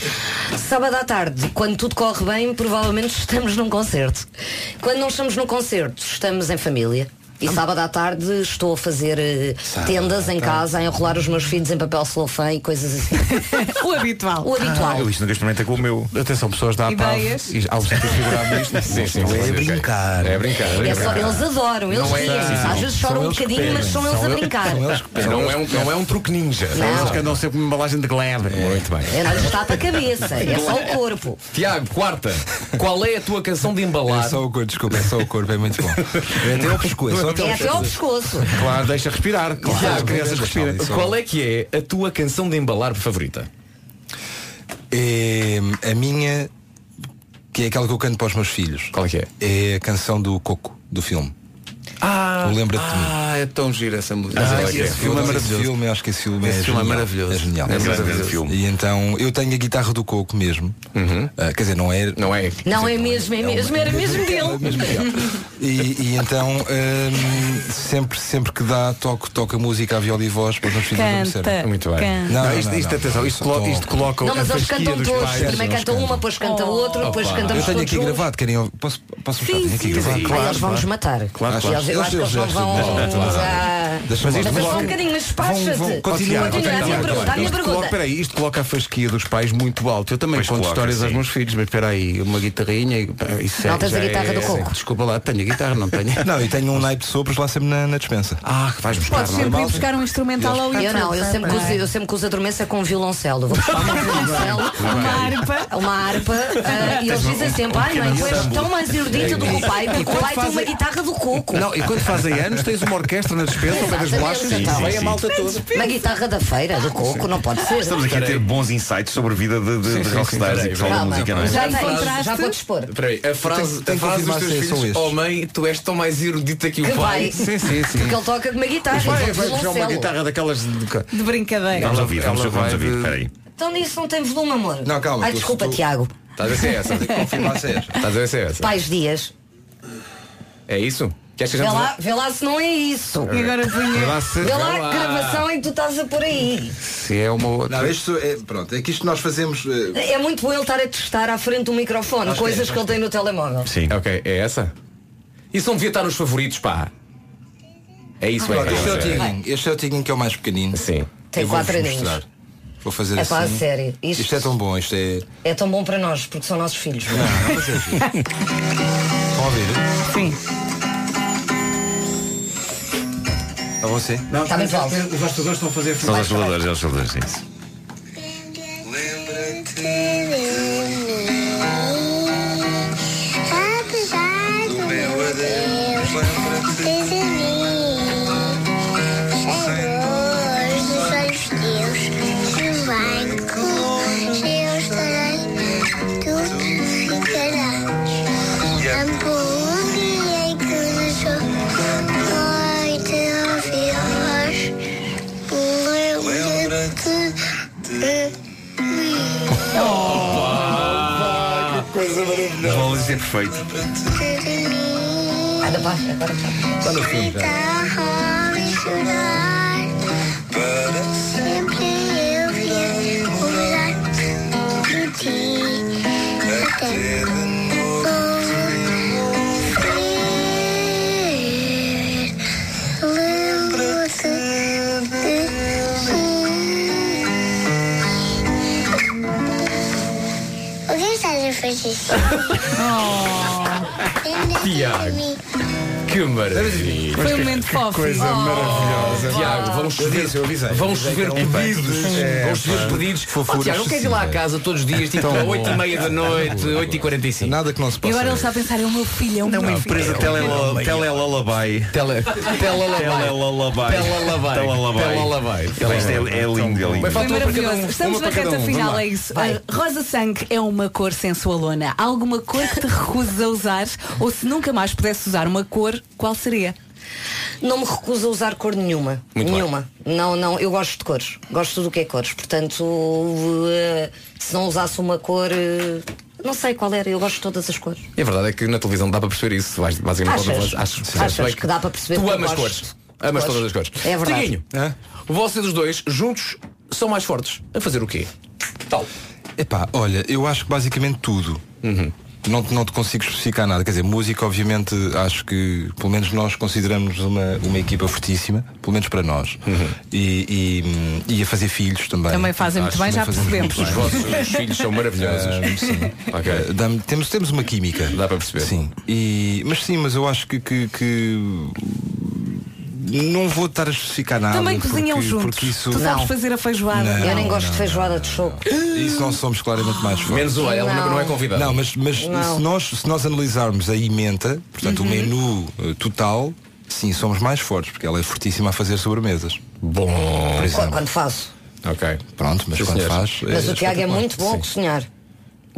Sábado à tarde, quando tudo corre bem, provavelmente estamos num concerto. Quando não estamos num concerto, estamos em família. E sábado à tarde estou a fazer eh,
Sábado
tendas
à
em
tarde.
casa, a enrolar os meus filhos em papel celofane e coisas assim.
o habitual.
O
Ah,
habitual.
eu
isto nunca experimentei com o meu.
Atenção, pessoas da APAV.
Ideias.
e Há um sentido figurado nisto.
Sim, sim,
Não
sim,
é
ok.
brincar.
É brincar.
É só-
brincar.
eles adoram, eles
Não é-
riem.
sim, sim,
Às
sim.
vezes choram um bocadinho, mas são eles a brincar.
Não é um, não é um truque ninja.
São eles que andam sempre numa embalagem de Glebe.
Muito bem.
É não está para a cabeça, é só o corpo.
Tiago, quarta, qual é a tua canção de embalar?
É só o corpo, desculpa, é só o corpo, é muito bom. É até ao pescoço. só
É até ao
pescoço.
pescoço.
Claro, deixa respirar. Claro, as crianças respiram.
Qual é que é a tua canção de embalar favorita?
É a minha, que é aquela que eu canto para os meus filhos.
Qual é que é?
É a canção do Coco, do filme.
Ah,
Tu lembra-te de mim.
ah, é tão giro essa música.
Ah,
Esse
esse
filme é
adoro
maravilhoso.
Esse filme, acho que esse filme,
Esse
é,
filme é
genial.
maravilhoso.
É genial.
É um grande filme.
E então, eu tenho a guitarra do Coco mesmo. Ah, quer dizer, não é.
Não é.
Não é mesmo, é mesmo, era mesmo dele.
E, e então, hum, sempre, sempre que dá, toco, toco a música à viola e voz para os meus filhos
Canta,
adormecerem.
Muito bem.
Não,
canta.
não,
Não, isto-
não,
isto,
não,
atenção,
não,
isto
não,
colo-
não.
isto coloca
Não, mas
a
eles
fasquia
cantam
dos
todos.
pais.
Primeiro
Eles
canta
cantam.
uma, depois canta outra, depois
Opa,
cantamos
Eu tenho
todos
aqui
juntos.
gravado, querem ouvir? Posso, posso mostrar? tenho aqui gravado.
Ah, eles vão nos matar.
Claro,
Eles-
claro.
Eu acho que eles não vão. Ah, Mas
Deixa-me
eles
lá.
vão um bocadinho, mas despacha-te.
Continua,
a minha pergunta, a minha
Isto coloca,
pergunta.
peraí, isto coloca a fasquia dos pais muito alto. Eu também conto
coloca,
histórias aos
sim.
meus filhos, mas espera aí, uma guitarrinha e pá, isso
Não
é-
tens a
já
guitarra
é-
do Coco?
Desculpa lá, tenho a guitarra, não tenho.
Não, e tenho um naipe de sopros lá sempre na, na dispensa.
Ah, que vais buscar.
Podes
não é?
sempre ir buscar um instrumental ao
Eu não, eu
YouTube,
sempre que uso,
é?
eu sempre que uso a dormência com um violoncelo. Vou buscar uma violoncelo,
harpa.
uma harpa, ah, e eles dizem sempre, ai mãe, tu és tão mais erudita do que o pai, porque o pai tem uma guitarra do coco.
Não, e quando fazem anos tens uma orquestra na dispensa, ao pé das
Exatamente,
bolachas,
então.
está bem a malta toda.
Uma guitarra da feira, do coco, não pode ser.
Estamos aqui a ter bons insights sobre a vida de, de, de rockstars e pessoal da
Calma,
música, não é?
Já
A frase-
encontraste? Já vou dispor.
Peraí, a frase,
Tenho- tenho
a frase
que
dos
afirmar
teus
se são
filhos,
estes.
oh mãe, tu és tão mais erudita que o
Que
pai.
vai. Porque ele toca com uma guitarra,
Vai,
com
vai puxar uma
violoncelo.
guitarra daquelas de...
De brincadeira.
Vamos ouvir, vamos- vamos ouvir,
peraí.
Então nisso não tem volume, amor.
Não, calma,
Ai,
tu-
desculpa,
tu-
Tiago.
Estás a ser essa? Estás a ver se é essa?
Pais Dias.
É isso? Queres que a
Vê
gente
lá, vê lá se não é isso.
E agora punha-
Vê lá,
Vê lá se-
vê lá
vê
a
lá.
gravação em que tu estás a pôr aí.
Se é uma outra.
Não, isto é, pronto, é que isto nós fazemos. eh,
É muito bom ele estar a testar à frente do microfone
Acho que é,
coisas
acho
que ele tem no telemóvel.
Sim.
Ok, é essa? Isso não devia estar nos favoritos, pá. É isso,
Ah,
é.
Pronto, este é o
é.
Tiguinho, este é o Tiguinho que é o mais pequenino.
Sim.
Tem
Eu vou
quatro aninhos.
mostrar. Vou fazer
É
assim.
pá, a sério, isto-
Isto... é tão bom, isto é.
É tão bom para nós, porque são nossos filhos.
Não, mas é giro. Estão a ouvir?
Sim.
A você?
Não,
Está muito alto.
Os bastidores estão a fazer
São os ajudadores, é os ajudadores, é isso.
Apesar do meu adeus, lembra-te de mim. Senhor dos olhos teus, se vai com eu estarei, tu ficarás. é
Ah,
é perfeito.
Anda, pá, agora
tá.
Está no filme, já.
Guitarra e chorar. Sempre eu via cuidar de ti. Até morrer. Lembro-te de mim. O que estás a fazer? Lembra-te de
Tiago.
mim.
Que maravilha.
Foi um momento fofo.
Coisa
Oh.
maravilhosa. Tiago,
Eu
vão chover,
disse, eu avisei.
vão
Avisei que
chover
era um
pedidos.
feito. É,
vão chover
pá.
pedidos.
Fofura
Oh, Tiago, não queres ir lá à
excessiva.
casa todos os dias, tipo,
Tão bom.
8 e meia da noite, 8 e 45
Nada que não se
E agora ele está a pensar, é o meu filho, é o meu filho.
Empresa Telelo- Telelolabai. Telelolabai.
Telelabai.
Telelolabai. Isto é- é lindo, é lindo.
Foi
para cada
maravilhoso.
um.
Estamos
Uma
na
para cada
reta
um. Vamos
final,
lá.
é isso. Ah, Rosa sangue é uma cor sensualona. Alguma cor que te recuses a usar ou se nunca mais pudesse usar uma cor, qual seria?
Não me recuso a usar cor nenhuma. nenhuma. Não, não, eu gosto de cores. Gosto de tudo o que é cores. Portanto, eh, se não usasse uma cor, eh, não sei qual era, eu gosto de todas as cores.
E a verdade é que na televisão dá para perceber isso. Vais- Basicamente,
Achas?
pode- acho,
Achas que dá para perceber
Tu
que eu
amas
gosto?
cores. Amas
Gosto.
todas as cores.
É verdade.
Tiaguinho, vocês os dois, juntos, são mais fortes. A fazer o quê? Tal.
Epá, olha, eu acho que basicamente tudo.
Uhum.
Não, te- não te consigo especificar nada. Quer dizer, música, obviamente, acho que pelo menos nós consideramos uma, uma equipa fortíssima, pelo menos para nós.
Uhum.
E, e, hum, e a fazer filhos também.
Também fazem muito bem, já
fazemos
percebemos.
muito
Os
bem.
vossos filhos
são maravilhosos.
Ah, sim. Ah, dá-me- temos, temos uma química. Dá para perceber. Sim. E, mas sim, mas eu acho que. que- que não vou estar a especificar nada.
Também cozinham
porque-
juntos.
porque isso-
Tu sabes fazer a feijoada.
Não,
eu nem gosto de feijoada de choco.
Isso não somos claramente mais fortes.
Menos o L, ela não- não é
convidada.
Não, mas, mas
Não.
Se, nós, se nós analisarmos a emenda, portanto o
Uhum.
menu eh, total, sim, somos mais fortes, porque ela é fortíssima a fazer sobremesas.
Bom.
Por
Quando,
exemplo.
quando faço.
Ok.
Pronto, mas quando faz. eh,
Mas o Tiago é
espetacular.
muito bom a cozinhar.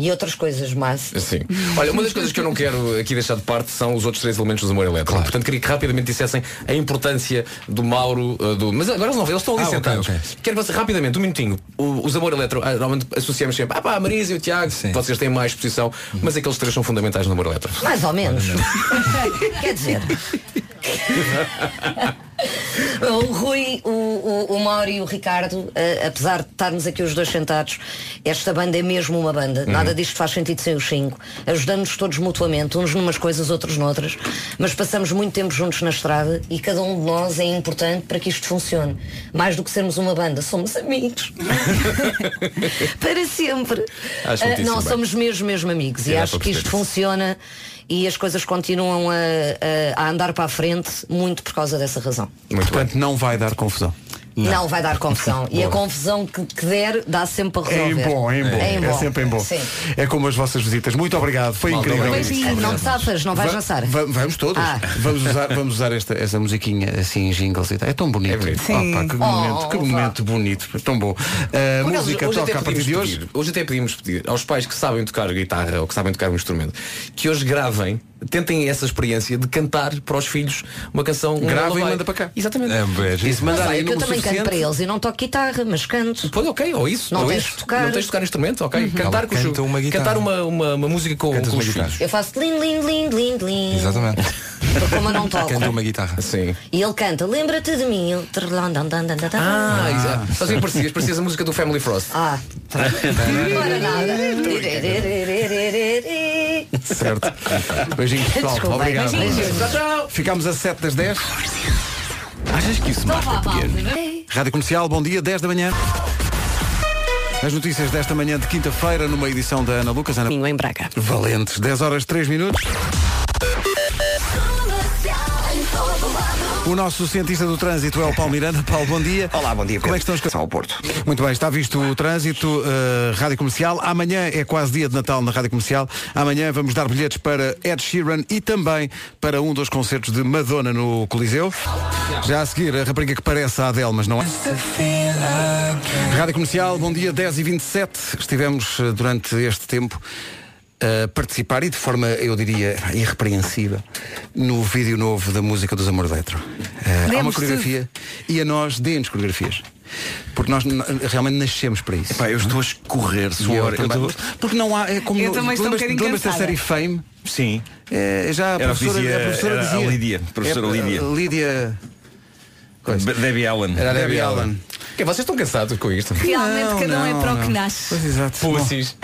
E outras coisas mais.
Sim. Olha, uma das coisas que eu não quero aqui deixar de parte são os outros três elementos do humor elétrico. Portanto, queria que rapidamente dissessem a importância do Mauro, uh, do. Mas agora eles não, eles estão ali
Ah, ok,
sentados.
ok.
Quero que você, rapidamente, um minutinho. O- os amor eletro, ah, normalmente associamos sempre, ah pá, a Marisa e o Tiago, vocês têm mais exposição, mas aqueles três são fundamentais no amor eletro.
Mais ou menos. Quer dizer, o Rui, o, o, o Mauro e o Ricardo, eh, apesar de estarmos aqui os dois sentados, esta banda é mesmo uma banda.
Uhum.
Nada disto faz sentido sem os cinco. Ajudamos-nos todos mutuamente, uns numas coisas, outros noutras. Mas passamos muito tempo juntos na estrada e cada um de nós é importante para que isto funcione. Mais do que sermos uma banda, somos amigos. para sempre.
Acho
Ah,
muitíssimo
não,
bem.
somos mesmo, mesmo amigos.
Sim,
e
dá
acho
para
que isto
perceber.
funciona e as coisas continuam a, a- a andar para a frente muito por causa dessa razão.
Portanto, não vai dar confusão.
Não, vai dar confusão. e a
Boa.
confusão que, que der dá sempre para
É em
resolver.
bom, é em bom. É,
em bom.
sempre em bom.
Sim.
É como as vossas visitas. Muito obrigado. Foi
Malta,
incrível.
obrigado. Beijinho, não te safas, não vais
Va-
dançar.
va- vamos todos.
Ah.
Vamos usar, vamos usar esta, essa musiquinha assim, jingles e tal. É tão bonito.
Sim.
Opa, que
Oh,
momento, que
vá.
momento bonito. Tão bom. A
Por acaso,
música
hoje até
toca a partir de
podíamos
hoje.
pedir, Hoje até podíamos pedir aos pais que sabem tocar guitarra ou que sabem tocar um instrumento que hoje gravem, tentem essa experiência de cantar para os filhos uma canção. um
Gravem e
lullaby.
manda para cá.
Exatamente.
É,
E se
Mas
mandarem
olha, que eu
número
também canto
suficiente-
para eles e não toco guitarra, mas canto.
Pois ok, ou isso,
Não
ou
tens
isso.
de tocar.
Não tens de tocar instrumento, ok? Cantar com os-
Canta uma guitarra.
Cantar uma, uma, uma música com, com os filhos.
Eu faço lindo, lindo, lindo, lindo, lindo.
Exatamente.
Porque como eu não toco.
Canta uma guitarra.
Sim.
E ele canta, lembra-te de mim. eu- trlan, dan, dan, dan, dan, dan.
Ah, exato. Sabes o que parecias? Parecias a música do Family Frost.
Ah, Ora nada.
Certo. Beijinho pessoal.
Desculpa,
obrigado.
beijinhos. Tchau, tchau.
Ficámos a 7 das 10. Achas que isso
Então vá, Paulo.
Rádio Comercial, bom dia, 10 da manhã. As notícias desta manhã de quinta-feira, numa edição da Ana Lucas. Ana...
Em Braga.
Valentes, 10 horas 3 minutos. O nosso cientista do trânsito é o Paulo Miranda. Paulo, bom dia.
Olá, bom dia.
Como é que estão as coisas?
ao Porto.
Muito bem, está visto o trânsito, eh, Rádio Comercial. Amanhã é quase dia de Natal na Rádio Comercial. Amanhã vamos dar bilhetes para Ed Sheeran e também para um dos concertos de Madonna no Coliseu. Já a seguir, a rapariga que parece a Adele, mas não é. Rádio Comercial, bom dia, 10 e 27 Estivemos eh, durante este tempo a participar e de forma, eu diria, irrepreensível no vídeo novo da música dos Amor Eletro. Eh, há uma
Demos
coreografia e a nós dê-nos coreografias. Porque nós n- realmente nascemos para isso.
eu estou a escorrer
suor.
eu
também.
estou-
Porque não há. É como
Eu
no-
também estou um
lembras-
bocadinho
lembras-te da
cansada.
série Fame?
Sim.
É, já a
Era o que
professora,
dizia-
a professora
era a
dizia.
Lídia, professora
É,
Lídia.
Lídia.
Be- Debbie Allen.
Era a Debbie Allen. Que, vocês estão cansados com isto?
Realmente
Não,
cada um
não,
é para o
não.
que nasce.
Pois exato.
assim?
Pussies.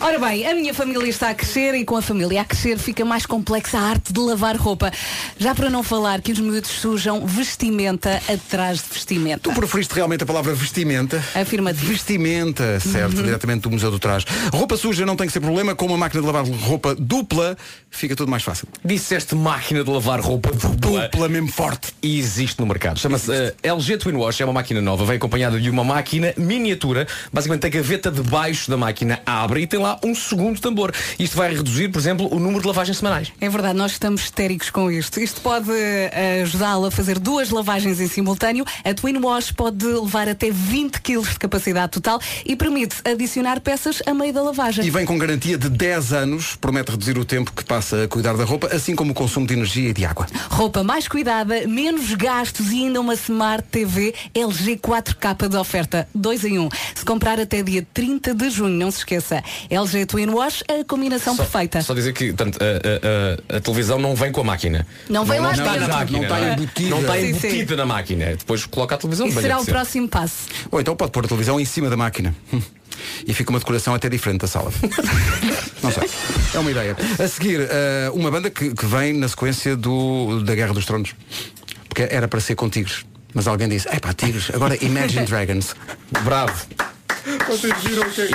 Ora bem, a minha família está a crescer e com a família a crescer fica mais complexa a arte de lavar roupa. Já para não falar que os miúdos sujam vestimenta atrás de vestimenta.
Tu preferiste realmente a palavra vestimenta?
Afirmativo.
Vestimenta, certo,
Uhum.
diretamente do Museu do Trás. Roupa suja não tem que ser problema, com uma máquina de lavar roupa dupla, fica tudo mais fácil.
Disseste máquina de lavar roupa dupla.
Dupla mesmo forte.
E existe no mercado. Chama-se eh, LG Twin Wash, é uma máquina nova, vem acompanhada de uma máquina miniatura. Basicamente a gaveta debaixo da máquina abre e tem lá um segundo tambor. Isto vai reduzir, por exemplo, o número de lavagens semanais.
É verdade, nós estamos histéricos com isto. Isto pode eh, ajudá-lo a fazer duas lavagens em simultâneo. A Twin Wash pode levar até 20 kg de capacidade total e permite adicionar peças a meio da lavagem.
E vem com garantia de 10 anos, promete reduzir o tempo que passa a cuidar da roupa, assim como o consumo de energia e de água.
Roupa mais cuidada, menos gastos e ainda uma Smart TV LG 4K de oferta. 2 em 1. Um. Se comprar até dia 30 de junho, não se esqueça. LG Twin Wash, a combinação perfeita.
Só dizer que portanto, a, a- a- a televisão não vem com a máquina.
Não vem lá
está
dentro.
na máquina.
Não está
é?
embutida.
Não está
Sim,
embutida
sim.
na máquina. Depois coloca a
um
televisão.
E
bem
será o
acontecer.
próximo passo.
Ou então pode pôr a televisão em cima da máquina. Hum. E fica uma decoração até diferente da sala. Não sei. É uma ideia. A seguir, eh, uma banda que, que vem na sequência do, da Guerra dos Tronos. Porque era para ser com tigres. Mas alguém disse, é pá, tigres, agora Imagine Dragons.
Bravo.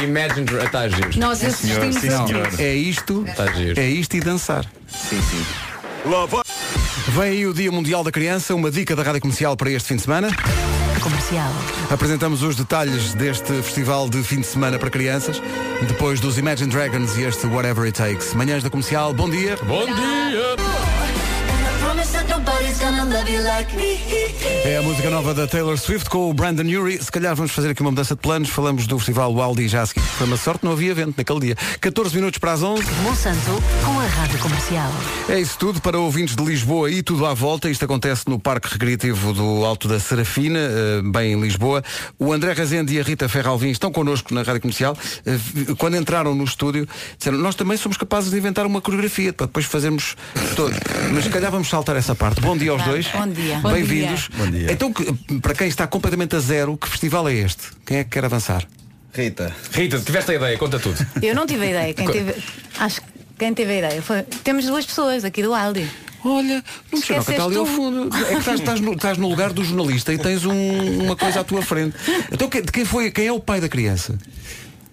Imagine Dra- está giro.
Nós
Sim, senhor,
assistimos
sim,
a-
senhor.
É isto.
Está giro.
É isto e dançar.
Sim, sim.
Vem aí o Dia Mundial da Criança, uma dica da Rádio Comercial para este fim de semana.
Comercial.
Apresentamos os detalhes deste festival de fim de semana para crianças, depois dos Imagine Dragons e este Whatever It Takes. Manhãs da Comercial, bom dia.
Bom dia.
É a música nova da Taylor Swift com o Brandon Urie. Se calhar vamos fazer aqui uma mudança de planos. Falamos do festival Wild e Jasky. Foi uma sorte, não havia vento naquele dia. 14 minutos para as 11.
Monsanto com a rádio comercial.
É isso tudo para ouvintes de Lisboa e tudo à volta. Isto acontece no Parque Recreativo do Alto da Serafina, eh, bem em Lisboa. O André Rezende e a Rita Ferralvim estão connosco na Rádio Comercial. Eh, vi- Quando entraram no estúdio, disseram, nós também somos capazes de inventar uma coreografia para depois fazermos todos. Mas se calhar vamos saltar essa parte. Bom dia aos
Claro.
dois.
Bom dia. Bom
Bem-vindos.
dia. Bom dia.
Então, que- para quem está completamente a zero, que festival é este? Quem é que quer avançar?
Rita.
Rita, tiveste a ideia, conta tudo.
Eu não tive a ideia. Quem
Co-
teve, acho que quem teve a ideia foi. Temos duas pessoas aqui do Aldi.
Olha, não sei, não, que está ali ao fundo. É que estás, estás no, estás no lugar do jornalista e tens um- uma coisa à tua frente. Então que- de quem, foi, quem é o pai da criança?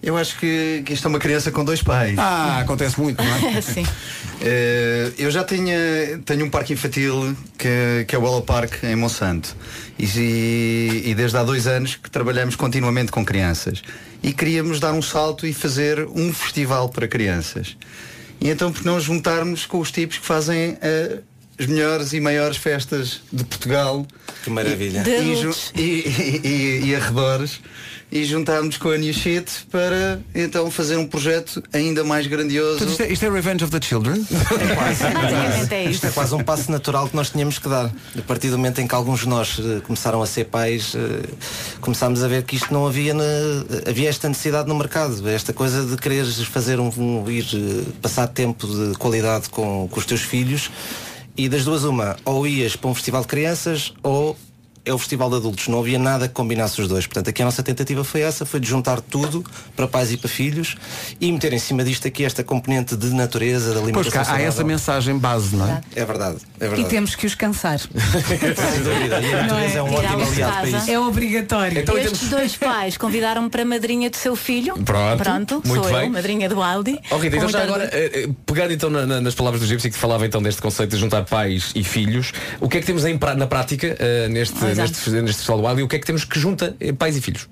Eu acho que, que isto é uma criança com dois pais.
Ah, acontece muito, não é?
Sim.
Eh, eu já tinha, tenho um parque infantil que, que é o Ella Park em Monsanto e, se- e desde há dois anos que trabalhamos continuamente com crianças e queríamos dar um salto e fazer um festival para crianças e então por não juntarmos com os tipos que fazem eh, as melhores e maiores festas de Portugal
Que maravilha.
e, e ju- e, e- e arredores e juntámos com a New Shit para então fazer um projeto ainda mais grandioso
Portanto, isto, é, isto é Revenge of the Children?
É
Basicamente é
isto.
isto.
é
quase um passo natural que nós tínhamos que dar. A partir do momento em que alguns de nós eh, começaram a ser pais, eh, começámos a ver que isto não havia, na- havia esta necessidade no mercado, esta coisa de quereres fazer um, um- ir eh, passar tempo de qualidade com, com os teus filhos e das duas uma, ou ias para um festival de crianças ou é o festival de adultos, não havia nada que combinasse os dois. Portanto, aqui a nossa tentativa foi essa, foi de juntar tudo para pais e para filhos e meter em cima disto aqui esta componente de natureza, da alimentação.
Pois cá, há
saudável.
essa mensagem base, não é?
É verdade, é
E
verdade.
temos que os cansar.
Sem dúvida. E a natureza é um ótimo
Tirá-los de
aliado para
casa.
isso.
É obrigatório.
Então,
Estes dois pais convidaram-me para a madrinha do seu filho.
Pronto.
sou
Muito bem.
eu, madrinha do Aldi.
Oh, Rita, então
Com
já
muito
agora,
orgulho.
eh, eh, pegando então na- na- nas palavras do Gipsy que falava então deste conceito de juntar pais e filhos, o que é que temos em pra- na prática eh, neste,
Exato.
neste, neste festival do Wild e o que é que temos que junta eh, pais e filhos?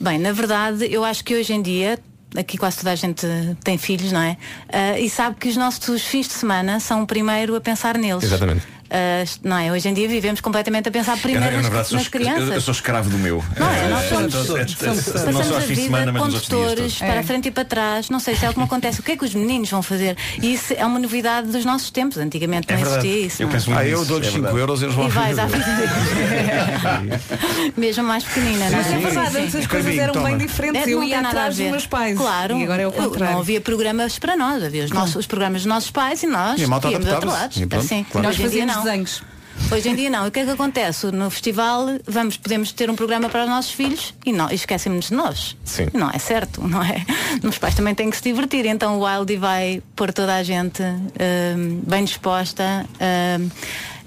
Bem, na verdade, eu acho que hoje em dia, aqui quase toda a gente tem filhos, não é? Ah, e sabe que os nossos fins de semana são primeiro a pensar neles.
Exatamente.
ah, não é? Hoje em dia vivemos completamente a pensar
Eu,
primeiro
eu, na
nas,
verdade, sou,
nas crianças.
eu, eu sou escravo do meu.
Não é,
Eh,
nós somos,
eh, eh, eh, Não
Passamos
só
a
aos fins de semana,
vida
mas nos outros dias.
condutores
todos.
É.
para a frente e para trás. Não sei se é o que me acontece. O que é que os meninos vão fazer? E isso é uma novidade dos nossos tempos. Antigamente não existia isso. não é?
ah, eu dou-lhes 5 euros, eles vão
E vais à Mesmo mais pequenina, não é?
Mas é verdade, antes as coisas eram bem diferentes.
É,
Eu
não
ia
tem nada a
atrás dos
ver.
meus pais.
Claro.
E agora é o
Eu- Não
contrário.
havia programas para nós, havia os, nossos, os programas dos nossos pais e nós
E a malta
íamos a
adaptava-se.
lados.
E pronto,
Assim,
claro.
Hoje em
Nós
dia
fazíamos
não.
desenhos.
Hoje em dia não. E o que é que acontece? No festival vamos, podemos ter um programa para os nossos filhos e, não- e esquecemos-nos de nós.
Sim.
Não é certo, não é? Os pais também têm que se divertir. Então o Wildy vai pôr toda a gente hum, bem disposta. hum,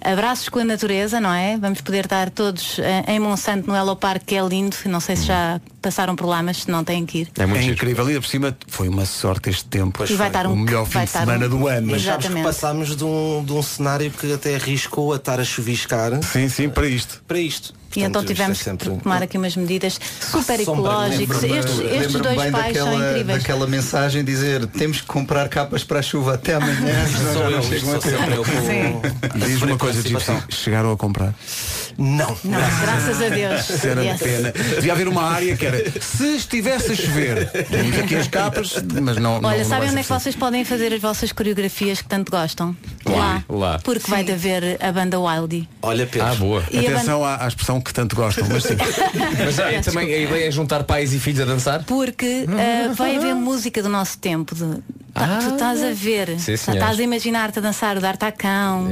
Abraços com a natureza, não é? Vamos poder estar todos eh, em Monsanto, no Hello Park, que é lindo. Não sei se já
Hum.
passaram por lá, mas se não têm que ir.
É, incrível. E por cima foi uma sorte este tempo.
E vai estar um-
o melhor fim
vai
de
estar
semana
um-
do ano.
Mas sabes que
Exatamente.
passámos de um, de um cenário que até arriscou a estar a chuviscar.
Sim, sim, para isto.
Para isto.
E então
Portanto, isto
tivemos
é
que tomar aqui umas medidas super ecológicas.
lembro-me-
Estes, estes
lembro-me
dois
bem
pais são
daquela-
incríveis.
Daquela mensagem dizer temos que comprar capas para a chuva até amanhã. senão já
Sou
não
eu,
chegam
sou
a tempo.
sempre
um
eu com-
Diz uma
com
coisa, tipo,
antecipação.
chegaram a comprar.
Não.
Não, graças a Deus.
Isso era
Yes.
de pena. Devia haver uma área que era se estivesse a chover. Temos aqui as capas, mas não. não,
Olha,
não vai
sabem onde é
ser
que vocês podem fazer as vossas coreografias que tanto gostam?
Lá.
Lá.
Lá.
Porque vai de haver a banda Wildy.
Olha, Pedro.
Ah, boa.
E a
Atenção à, à expressão que tanto gostam, mas sim.
Mas aí também a ideia é juntar pais e filhos a dançar?
Porque ah, vai haver música do nosso tempo. de- tá- tu estás a ver. Tá,
Sim, senhor.
estás a imaginar-te a dançar o D'Artacão.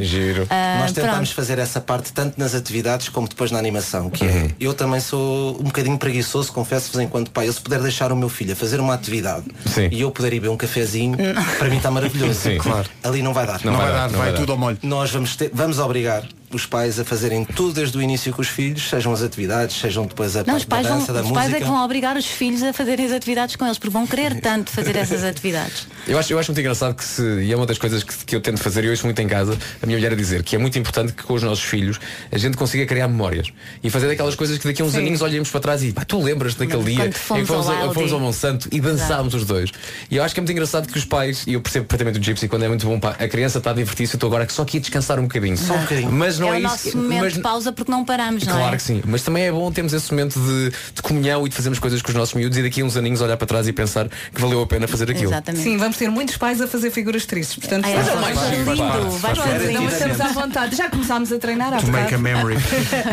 Ah,
Nós tentámos
pronto.
fazer essa parte tanto nas atividades como depois na animação, que
Uhum.
é eu também sou um bocadinho preguiçoso, confesso-vos enquanto pai, eu se puder deixar o meu filho a fazer uma atividade e eu puder ir beber um cafezinho, para mim está maravilhoso.
Sim. Claro.
Ali não vai dar.
Não Não vai vai dar, dar, não vai vai tudo dar. ao molho.
Nós vamos, ter- vamos obrigar os pais a fazerem tudo desde o início com os filhos, sejam as atividades, sejam depois a
Não,
parte
os pais,
da
vão,
dança, da
os
música.
pais é que vão obrigar os filhos a fazerem as atividades com eles, porque vão querer tanto fazer essas atividades.
Eu acho, eu acho muito engraçado que se, e é uma das coisas que, que eu tento fazer, e eu ouço muito em casa, a minha mulher a dizer que é muito importante que com os nossos filhos a gente consiga criar memórias e fazer aquelas coisas que daqui a uns
Sim.
aninhos olhamos para trás e pá, tu lembras-te daquele
Lembro
dia
quando fomos
em que fomos,
ao
a-
Aldi.
fomos ao Monsanto e dançámos os dois. E eu acho que é muito engraçado que os pais, e eu percebo perfeitamente o Gypsy, quando é muito bom, pá, a criança está a divertir-se, eu estou agora só aqui a descansar um bocadinho.
Só um
bocadinho. Mas não
é,
é,
o nosso
isso.
momento
mas-
de pausa porque não paramos, não
claro
é?
que sim, mas também é bom termos esse momento de, de comunhão e de fazermos coisas com os nossos miúdos e daqui a uns aninhos olhar para trás e pensar que valeu a pena fazer aquilo.
Sim, vamos ter muitos pais a fazer figuras tristes. Portanto,
Ai,
faz
é
parte.
mais lindo,
Pronto,
vai fazer
então
isso.
estamos à vontade. Já começámos a treinar há
To make a
bocado.
memory.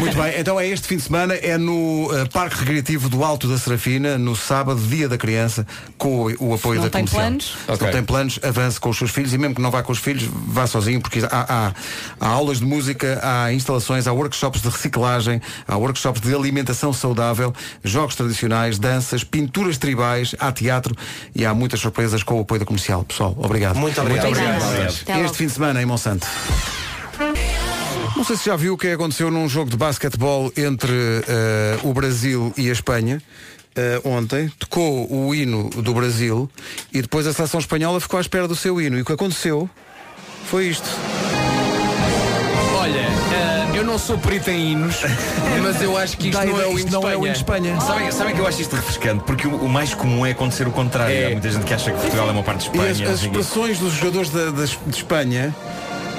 Muito bem, então é este fim de semana, é no eh, Parque Recreativo do Alto da Serafina, no sábado, dia da criança, com o, o apoio
Se não
da
tem
comercial.
planos.
Se
Ok.
não tem planos, avance com os seus filhos e mesmo que não vá com os filhos, vá sozinho, porque há, há- há aulas de música, há instalações, há workshops de reciclagem, há workshops de alimentação saudável, jogos tradicionais, danças, pinturas tribais, há teatro e há muitas surpresas com o apoio da comercial. Pessoal, obrigado.
Muito obrigado. Obrigada. Até logo.
Este fim de semana em Monsanto. Não sei se já viu o que aconteceu num jogo de basquetebol entre eh, o Brasil e a Espanha. eh, ontem tocou o hino do Brasil e depois a seleção espanhola ficou à espera do seu hino. E o que aconteceu foi isto.
Olha, eh, eu não sou perito em hinos, mas eu acho que isto
Dá
não é
ideia,
o hino
isto
de
não é o hino de Espanha.
Sabem,
Sabem que eu acho isto refrescante, porque o, o mais comum é acontecer o contrário. Há muita gente que acha que Portugal é uma parte de
E
Espanha.
as,
não
as
sei o quê.
expressões dos jogadores da- das- de Espanha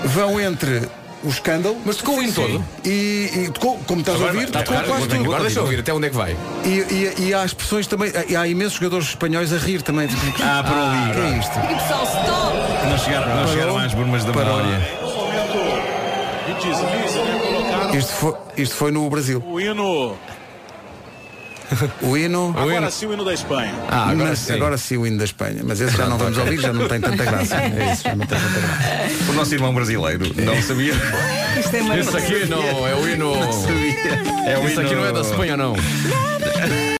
vão entre o escândalo. Mas
tocou o hino todo?
E, e tocou, como estás a
tá
ouvir,
Então,
tocou
agora,
quase
agora,
tudo.
agora deixa eu ouvir até onde é que vai.
E, e- e há expressões também, e há imensos jogadores espanhóis a rir também.
Ah, por ali.
Que é isto?
E pessoal, stop!
Não chegaram, não chegaram às brumas da memória.
Isto foi, isto foi no Brasil.
O hino.
O hino.
Agora sim o hino da Espanha.
Ah, agora, sim. agora sim o hino da Espanha, mas esse já não vamos ouvir, já não tem tanta graça. É isso, já não tem tanta graça.
O nosso irmão brasileiro não sabia.
Isto é maravilhoso.
Não sabia. É o
Isso aqui
hino-
não é da Espanha, não.